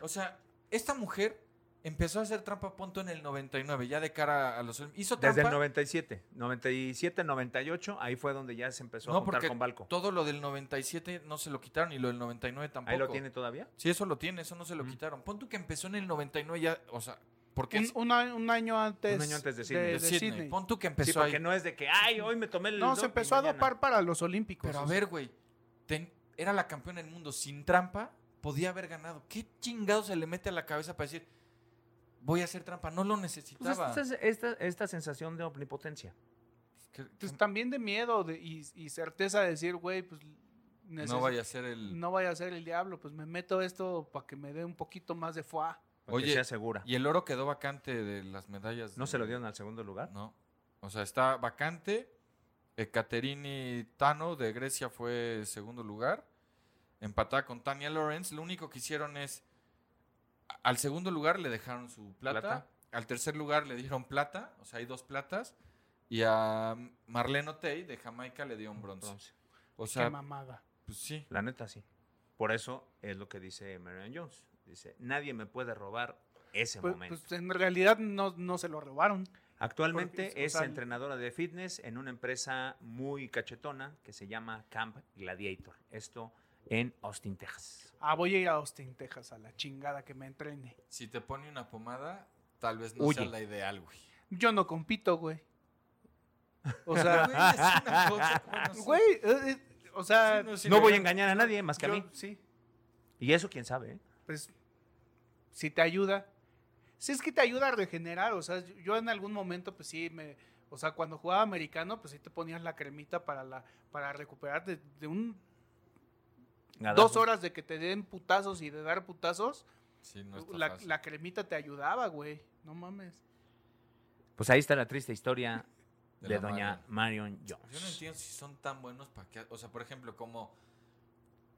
Speaker 3: O sea, esta mujer empezó a hacer trampa punto en el 99, ya de cara a los... Olim- Hizo trampa.
Speaker 5: Desde el 97, 97, 98, ahí fue donde ya se empezó a
Speaker 3: no,
Speaker 5: juntar
Speaker 3: porque
Speaker 5: con Balco.
Speaker 3: todo lo del 97 no se lo quitaron y lo del 99 tampoco.
Speaker 5: Ahí lo tiene todavía.
Speaker 3: Sí, eso lo tiene, eso no se lo
Speaker 5: Mm.
Speaker 3: quitaron. Pon tú que empezó en el 99 ya, o sea, porque
Speaker 1: Un,
Speaker 3: es
Speaker 1: un a- un año antes,
Speaker 5: Un año antes de Sydney.
Speaker 3: de
Speaker 5: de
Speaker 3: Sydney.
Speaker 1: Sydney.
Speaker 3: Pon tú que
Speaker 5: sí,
Speaker 3: empezó
Speaker 5: porque
Speaker 3: ahí.
Speaker 5: no es de que, ay, hoy me tomé el.
Speaker 1: No, se
Speaker 5: doping,
Speaker 1: empezó a
Speaker 5: mañana".
Speaker 1: dopar para los Olímpicos.
Speaker 3: Pero a
Speaker 1: o sea,
Speaker 3: ver, güey, ten- era la campeona del mundo sin trampa, podía haber ganado. ¿Qué chingado se le mete a la cabeza para decir, voy a hacer trampa? No lo
Speaker 5: Pues
Speaker 3: necesitaba.
Speaker 5: esta, esta- esta sensación de omnipotencia.
Speaker 3: Que- que
Speaker 1: pues, también de miedo de- y, y certeza de decir, güey, pues neces-
Speaker 3: no vaya a ser el...
Speaker 1: no vaya a ser el diablo, pues me meto esto para que me dé un poquito más de foie.
Speaker 5: para que
Speaker 3: Oye,
Speaker 5: sea segura.
Speaker 3: Y el oro quedó vacante de las medallas.
Speaker 5: ¿No
Speaker 3: de-
Speaker 5: se lo dieron al segundo lugar?
Speaker 3: No. O sea, está vacante. Ekaterini Tano de Grecia fue segundo lugar. Empatada con Tania Lawrence. Lo único que hicieron es. a- Al segundo lugar le dejaron su plata.
Speaker 5: Plata.
Speaker 3: Al tercer lugar le dieron plata. O sea, hay dos platas. Y a mm, Marlene Otey de Jamaica le dio un bronce.
Speaker 5: Entonces,
Speaker 3: O
Speaker 1: Qué
Speaker 3: sea,
Speaker 1: mamada.
Speaker 3: pues sí.
Speaker 5: la neta sí. Por eso es lo que dice Marion Jones. Dice, nadie me puede robar ese
Speaker 1: Pues,
Speaker 5: momento.
Speaker 1: pues, en realidad no, no se lo robaron.
Speaker 5: Actualmente
Speaker 1: Porque, o
Speaker 5: es
Speaker 1: sea, el-
Speaker 5: entrenadora de fitness en una empresa muy cachetona que se llama Camp Gladiator. Esto en Austin, Texas.
Speaker 1: Ah, voy a ir a Austin, Texas, a la chingada que me entrene.
Speaker 3: Si te pone una pomada, tal vez no sea
Speaker 5: Huye.
Speaker 3: la ideal, güey.
Speaker 1: Yo no compito, güey. O
Speaker 3: Güey,
Speaker 1: sea,
Speaker 3: es una cosa, bueno, sí.
Speaker 1: güey, eh, eh, o sea,
Speaker 3: Sí, no, sí,
Speaker 5: no
Speaker 3: lo
Speaker 5: voy a
Speaker 3: veo.
Speaker 5: engañar a nadie más que a
Speaker 1: yo-
Speaker 5: mí.
Speaker 1: sí,
Speaker 5: Y eso quién sabe. ¿eh?
Speaker 1: pues si te ayuda. Si es que te ayuda a regenerar, o sea, yo- yo en algún momento pues sí me o sea, cuando jugaba americano, pues sí te ponías la cremita para la para recuperar de, de un dos
Speaker 3: pues.
Speaker 5: Gadazo.
Speaker 1: horas de que te den putazos y de dar putazos,
Speaker 3: Sí, no está
Speaker 1: la,
Speaker 3: fácil.
Speaker 1: la cremita te ayudaba, güey. No mames.
Speaker 5: Pues ahí está la triste historia de,
Speaker 3: De la
Speaker 5: doña Marion Jones.
Speaker 3: Yo no entiendo si son tan buenos para que. O sea, por ejemplo, como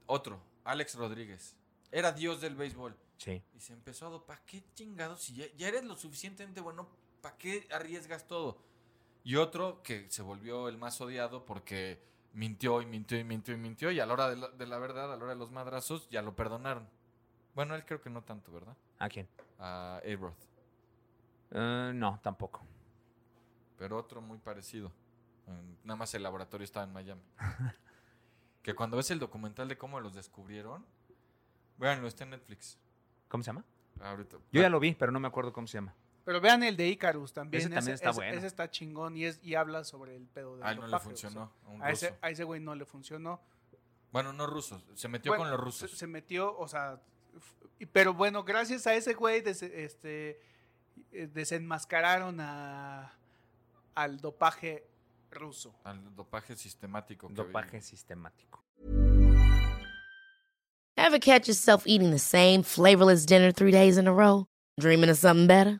Speaker 3: otro, Alex Rodríguez. Era dios del béisbol.
Speaker 5: Sí.
Speaker 3: Y se empezó a. do- ¿Para qué chingados? Si ya, ya eres lo suficientemente bueno, ¿para qué arriesgas todo? Y otro que se volvió el más odiado porque mintió y mintió y mintió y mintió. Y a la hora de la, de la verdad, a la hora de los madrazos, ya lo perdonaron. Bueno, él creo que no tanto, ¿verdad?
Speaker 5: ¿A quién?
Speaker 3: A Abrod.
Speaker 5: Eh, no, tampoco.
Speaker 3: pero otro muy parecido. En- Nada más el laboratorio estaba en Miami. que cuando ves el documental de cómo los descubrieron, véanlo, está en Netflix.
Speaker 5: ¿Cómo se llama?
Speaker 3: Ahorita.
Speaker 5: Yo ya lo vi, pero no me acuerdo cómo se llama.
Speaker 1: Pero vean el de Icarus también.
Speaker 5: Ese también está bueno.
Speaker 1: Ese está chingón y, es, y habla sobre el pedo de
Speaker 3: A él no le funcionó. A un
Speaker 1: a, ese,
Speaker 3: ruso.
Speaker 1: a ese güey no le funcionó.
Speaker 3: Bueno, no rusos. Se metió
Speaker 1: Bueno,
Speaker 3: con los
Speaker 1: se,
Speaker 3: rusos.
Speaker 1: se metió, o sea, f- y- pero bueno, gracias a ese güey des- este, eh, desenmascararon a, al dopaje ruso.
Speaker 3: Al dopaje sistemático. que-
Speaker 5: Dopaje sistemático.
Speaker 2: Ever catch yourself eating the same flavorless dinner three days in a row? Dreaming of something better?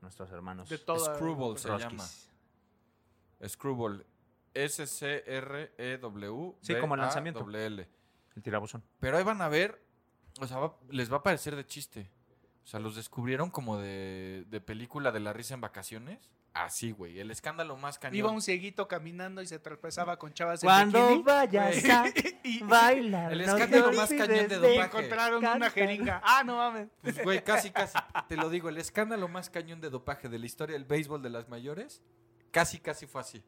Speaker 5: nuestros hermanos.
Speaker 1: De toda-
Speaker 3: Screwball se
Speaker 5: Rotskis.
Speaker 3: llama. Screwball. E S-C-R-E-W.
Speaker 5: Sí, como el lanzamiento.
Speaker 3: W-L.
Speaker 5: El tirabuzón.
Speaker 3: Pero ahí van a ver, o sea, va- les va a parecer de chiste. O sea, los descubrieron como de, de película de la risa en vacaciones. Así, güey. El escándalo más cañón.
Speaker 1: Iba un cieguito caminando y se tropezaba con chavas en
Speaker 4: Cuando
Speaker 1: bikini,
Speaker 4: vayas
Speaker 3: Güey.
Speaker 4: a
Speaker 1: y, y
Speaker 4: bailar.
Speaker 3: El
Speaker 4: no
Speaker 3: escándalo
Speaker 4: te
Speaker 3: más
Speaker 4: olvides
Speaker 3: cañón de
Speaker 4: de-
Speaker 3: dopaje.
Speaker 1: encontraron una
Speaker 4: Cántalo.
Speaker 1: jeringa. Ah, no mames.
Speaker 3: Pues, güey, casi, casi. Te lo digo, el escándalo más cañón de dopaje de la historia del béisbol de las mayores, casi, casi fue así.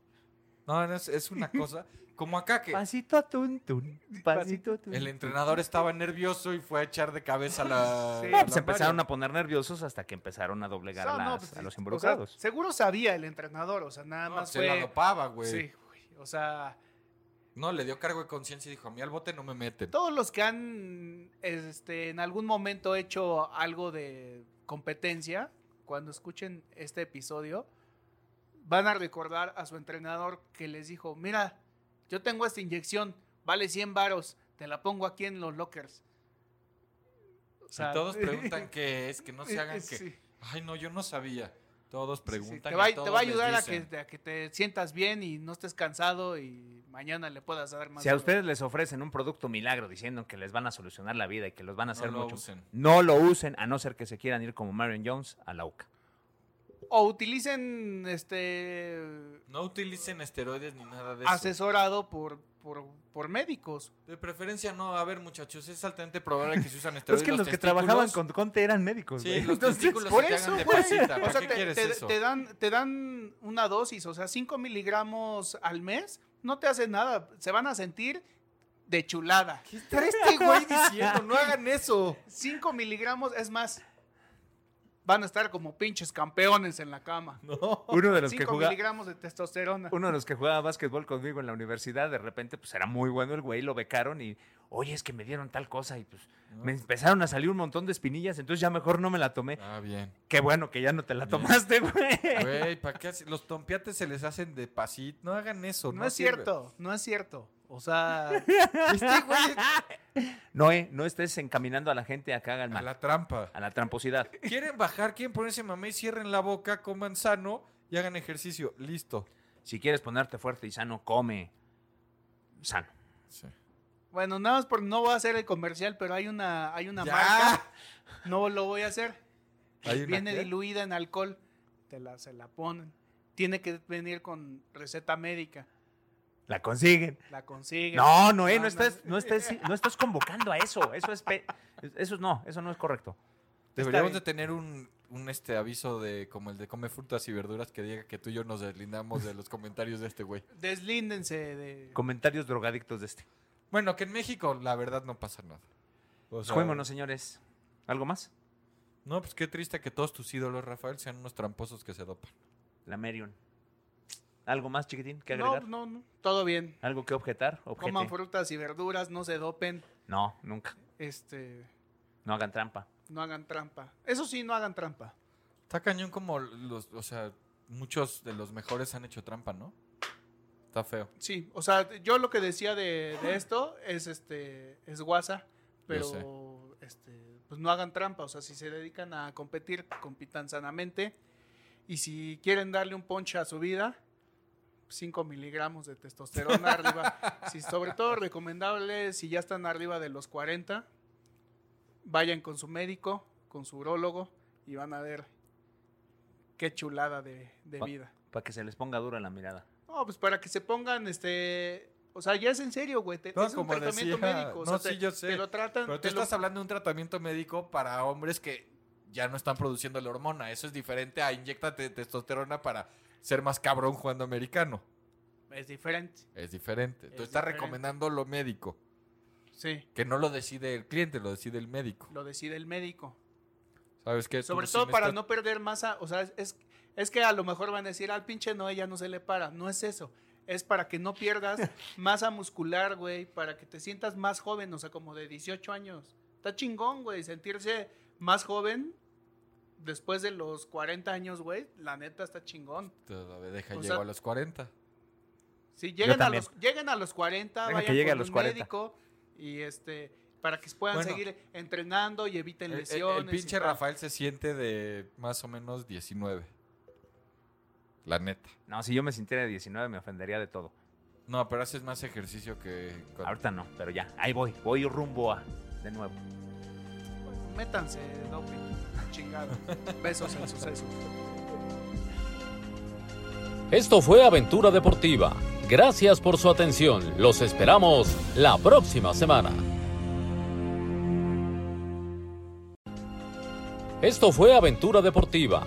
Speaker 3: No, no, es, es una cosa. Como acá que
Speaker 4: Pasito a tun, tun, pasito tun.
Speaker 3: el entrenador estaba nervioso y fue a echar de cabeza a la.
Speaker 1: Sí.
Speaker 3: a
Speaker 5: No,
Speaker 3: la
Speaker 5: pues se empezaron
Speaker 3: Mario.
Speaker 5: a poner nerviosos hasta que empezaron a doblegar a,
Speaker 1: No, no,
Speaker 5: las-
Speaker 1: pues,
Speaker 5: a
Speaker 1: o
Speaker 5: los
Speaker 1: sea,
Speaker 5: involucrados.
Speaker 1: seguro sabía el entrenador, o sea, nada
Speaker 3: No,
Speaker 1: más
Speaker 3: se
Speaker 1: fue...
Speaker 3: la dopaba, güey.
Speaker 1: sí, güey, o sea...
Speaker 3: No, le dio cargo de conciencia y dijo: A mí al bote no me meten.
Speaker 1: Todos los que han este, en algún momento hecho algo de competencia, cuando escuchen este episodio, van a recordar a su entrenador que les dijo, mira, yo tengo esta inyección, vale 100 varos, te la pongo aquí en los lockers. O
Speaker 3: Si todos preguntan qué es, que no se hagan que.
Speaker 1: Sí, sí,
Speaker 3: Ay, no, yo no sabía. Todos preguntan.
Speaker 1: te,
Speaker 3: y
Speaker 1: va, te
Speaker 3: todos
Speaker 1: va a
Speaker 3: les
Speaker 1: ayudar a
Speaker 3: dicen.
Speaker 1: que, a que te sientas bien y no estés cansado y mañana le puedas dar más.
Speaker 5: Si a
Speaker 1: duro.
Speaker 5: ustedes les ofrecen un producto milagro diciendo que les van a solucionar la vida y que los van a hacer
Speaker 3: lo
Speaker 5: mucho,
Speaker 3: usen.
Speaker 5: no lo usen a no ser que se quieran ir como Marion Jones a la UCA.
Speaker 1: O utilicen este
Speaker 3: No utilicen esteroides ni nada de eso.
Speaker 1: asesorado por, por, por médicos.
Speaker 3: De preferencia, no. A ver, muchachos, es altamente probable que se usan
Speaker 5: Es
Speaker 3: esteroides.
Speaker 5: que los, que
Speaker 3: testículos-
Speaker 5: trabajaban con Conte eran médicos,
Speaker 3: Sí,
Speaker 5: güey.
Speaker 3: los
Speaker 5: Entonces,
Speaker 3: testículos
Speaker 1: Por
Speaker 3: se te
Speaker 1: eso,
Speaker 3: hagan de
Speaker 1: güey.
Speaker 3: pancita.
Speaker 1: O
Speaker 3: ¿Para
Speaker 1: sea,
Speaker 3: qué
Speaker 1: te,
Speaker 3: quieres
Speaker 1: te-
Speaker 3: eso?
Speaker 1: te dan, te dan una dosis, o sea, 5 miligramos al mes, no te hace nada. Se van a sentir de chulada.
Speaker 3: ¿Qué está este güey diciendo? No hagan eso.
Speaker 1: 5 miligramos, es más, van a estar como pinches campeones en la cama.
Speaker 5: Uno de los que
Speaker 1: 5
Speaker 5: juega.
Speaker 1: miligramos de testosterona.
Speaker 5: Uno de los que jugaba básquetbol conmigo en la universidad, de repente, pues era muy bueno el güey, lo becaron y, oye, es que me dieron tal cosa y pues
Speaker 3: Ah.
Speaker 5: me empezaron a salir un montón de espinillas, entonces ya mejor no me la tomé.
Speaker 3: Ah, bien.
Speaker 5: Qué bueno que ya no te la
Speaker 3: Bien.
Speaker 5: tomaste, güey.
Speaker 3: Güey, ¿para qué hace- Los tompiates se les hacen de pasito. No hagan eso.
Speaker 1: No,
Speaker 3: No,
Speaker 1: es
Speaker 3: sirve.
Speaker 1: cierto, no es cierto. O sea,
Speaker 3: Este güey
Speaker 5: Noé, no estés encaminando a la gente a que hagan
Speaker 3: a
Speaker 5: mal,
Speaker 3: la trampa.
Speaker 5: a la tramposidad.
Speaker 3: Quieren bajar, quieren ponerse mamey, cierren la boca, coman sano y hagan ejercicio. Listo.
Speaker 5: Si quieres ponerte fuerte y sano, come sano.
Speaker 3: Sí.
Speaker 1: bueno, nada más por no voy a hacer el comercial, pero hay una, hay una
Speaker 3: Ya.
Speaker 1: marca. No lo voy a hacer.
Speaker 3: Hay una
Speaker 1: Viene
Speaker 3: qué?
Speaker 1: diluida en alcohol. Te la, se la ponen. Tiene que venir con receta médica.
Speaker 5: La consiguen.
Speaker 1: La consiguen.
Speaker 5: No, Noé,
Speaker 1: No,
Speaker 5: no
Speaker 1: no.
Speaker 5: estás, no estás, no estás convocando a eso. Eso es, pe- eso no, eso no es correcto.
Speaker 3: Deberíamos
Speaker 1: bien.
Speaker 3: de tener un, un, este aviso de como el de come frutas y verduras que diga que tú y yo nos deslindamos de los comentarios de este güey.
Speaker 1: Deslíndense de.
Speaker 5: Comentarios drogadictos de este.
Speaker 3: Bueno, que en México la verdad no pasa nada. O sea,
Speaker 5: Juémonos, señores. ¿Algo más?
Speaker 3: No, pues qué triste que todos tus ídolos, Rafael, sean unos tramposos que se dopan.
Speaker 5: La Merion. ¿Algo más, chiquitín, que
Speaker 1: No,
Speaker 5: agregar?
Speaker 1: no, no. Todo bien.
Speaker 5: ¿Algo que objetar? Objete.
Speaker 1: Coman frutas y verduras, no se dopen.
Speaker 5: No, nunca.
Speaker 1: Este.
Speaker 5: No hagan trampa.
Speaker 1: No hagan trampa. Eso sí, no hagan trampa.
Speaker 3: Está cañón como los, o sea, muchos de los mejores han hecho trampa, ¿no? Está feo.
Speaker 1: Sí, o sea, yo lo que decía de, de esto es este es guasa, pero este, pues no hagan trampa, o sea, si se dedican a competir, compitan sanamente y si quieren darle un ponche a su vida, 5 miligramos de testosterona arriba, si sobre todo recomendable si ya están arriba de los 40, vayan con su médico, con su urólogo y van a ver qué chulada de, de
Speaker 5: Pa-
Speaker 1: vida.
Speaker 5: Para que se les ponga dura la mirada.
Speaker 1: No, pues para que se pongan, este... O sea, ya es en serio, güey. te-
Speaker 3: No,
Speaker 1: es un
Speaker 3: como
Speaker 1: tratamiento
Speaker 3: decía-
Speaker 1: médico. o
Speaker 3: no,
Speaker 1: sea, te-
Speaker 3: sí, yo sé,
Speaker 1: Te lo tratan...
Speaker 3: Pero tú
Speaker 1: te lo-
Speaker 3: estás hablando de un tratamiento médico para hombres que ya no están produciendo la hormona. Eso es diferente a inyectate testosterona para ser más cabrón jugando americano.
Speaker 1: Es diferente,
Speaker 3: Es diferente. Tú
Speaker 1: Es
Speaker 3: estás
Speaker 1: diferente.
Speaker 3: recomendando lo médico,
Speaker 1: sí.
Speaker 3: que no lo decide el cliente, lo decide el médico.
Speaker 1: Lo decide el médico.
Speaker 3: ¿Sabes qué? Tú
Speaker 1: Sobre
Speaker 3: sí
Speaker 1: todo para
Speaker 3: necesitas-
Speaker 1: no perder masa. O sea, es- es, es que a lo mejor van a decir, al pinche no, ella no se le para. No es eso. Es para que no pierdas masa muscular, güey. Para que te sientas más joven, o sea, como de 18 años. Está chingón, güey. Sentirse más joven después de los 40 años, güey. La neta está chingón.
Speaker 3: Todavía deja,
Speaker 1: O
Speaker 3: llego
Speaker 1: sea-
Speaker 3: a los 40.
Speaker 1: Sí, lleguen a
Speaker 5: también.
Speaker 1: los, lleguen a los 40,
Speaker 5: Deja
Speaker 1: vayan
Speaker 5: que llegue
Speaker 1: con
Speaker 5: a los
Speaker 1: un
Speaker 5: 40.
Speaker 1: médico y este para que puedan
Speaker 3: Bueno.
Speaker 1: seguir entrenando y eviten
Speaker 3: El, el- el
Speaker 1: lesiones. y
Speaker 3: pinche
Speaker 1: tal.
Speaker 3: Rafael se siente de más o menos 19. La neta.
Speaker 5: No, si yo me sintiera de 19 me ofendería de todo.
Speaker 3: No, pero haces más ejercicio que... cuando-
Speaker 5: Ahorita no, pero ya. Ahí voy. Voy rumbo a... De nuevo.
Speaker 1: Métanse doping, chingado. Besos en suceso.
Speaker 6: Esto fue Aventura Deportiva. Gracias por su atención. Los esperamos la próxima semana. Esto fue Aventura Deportiva.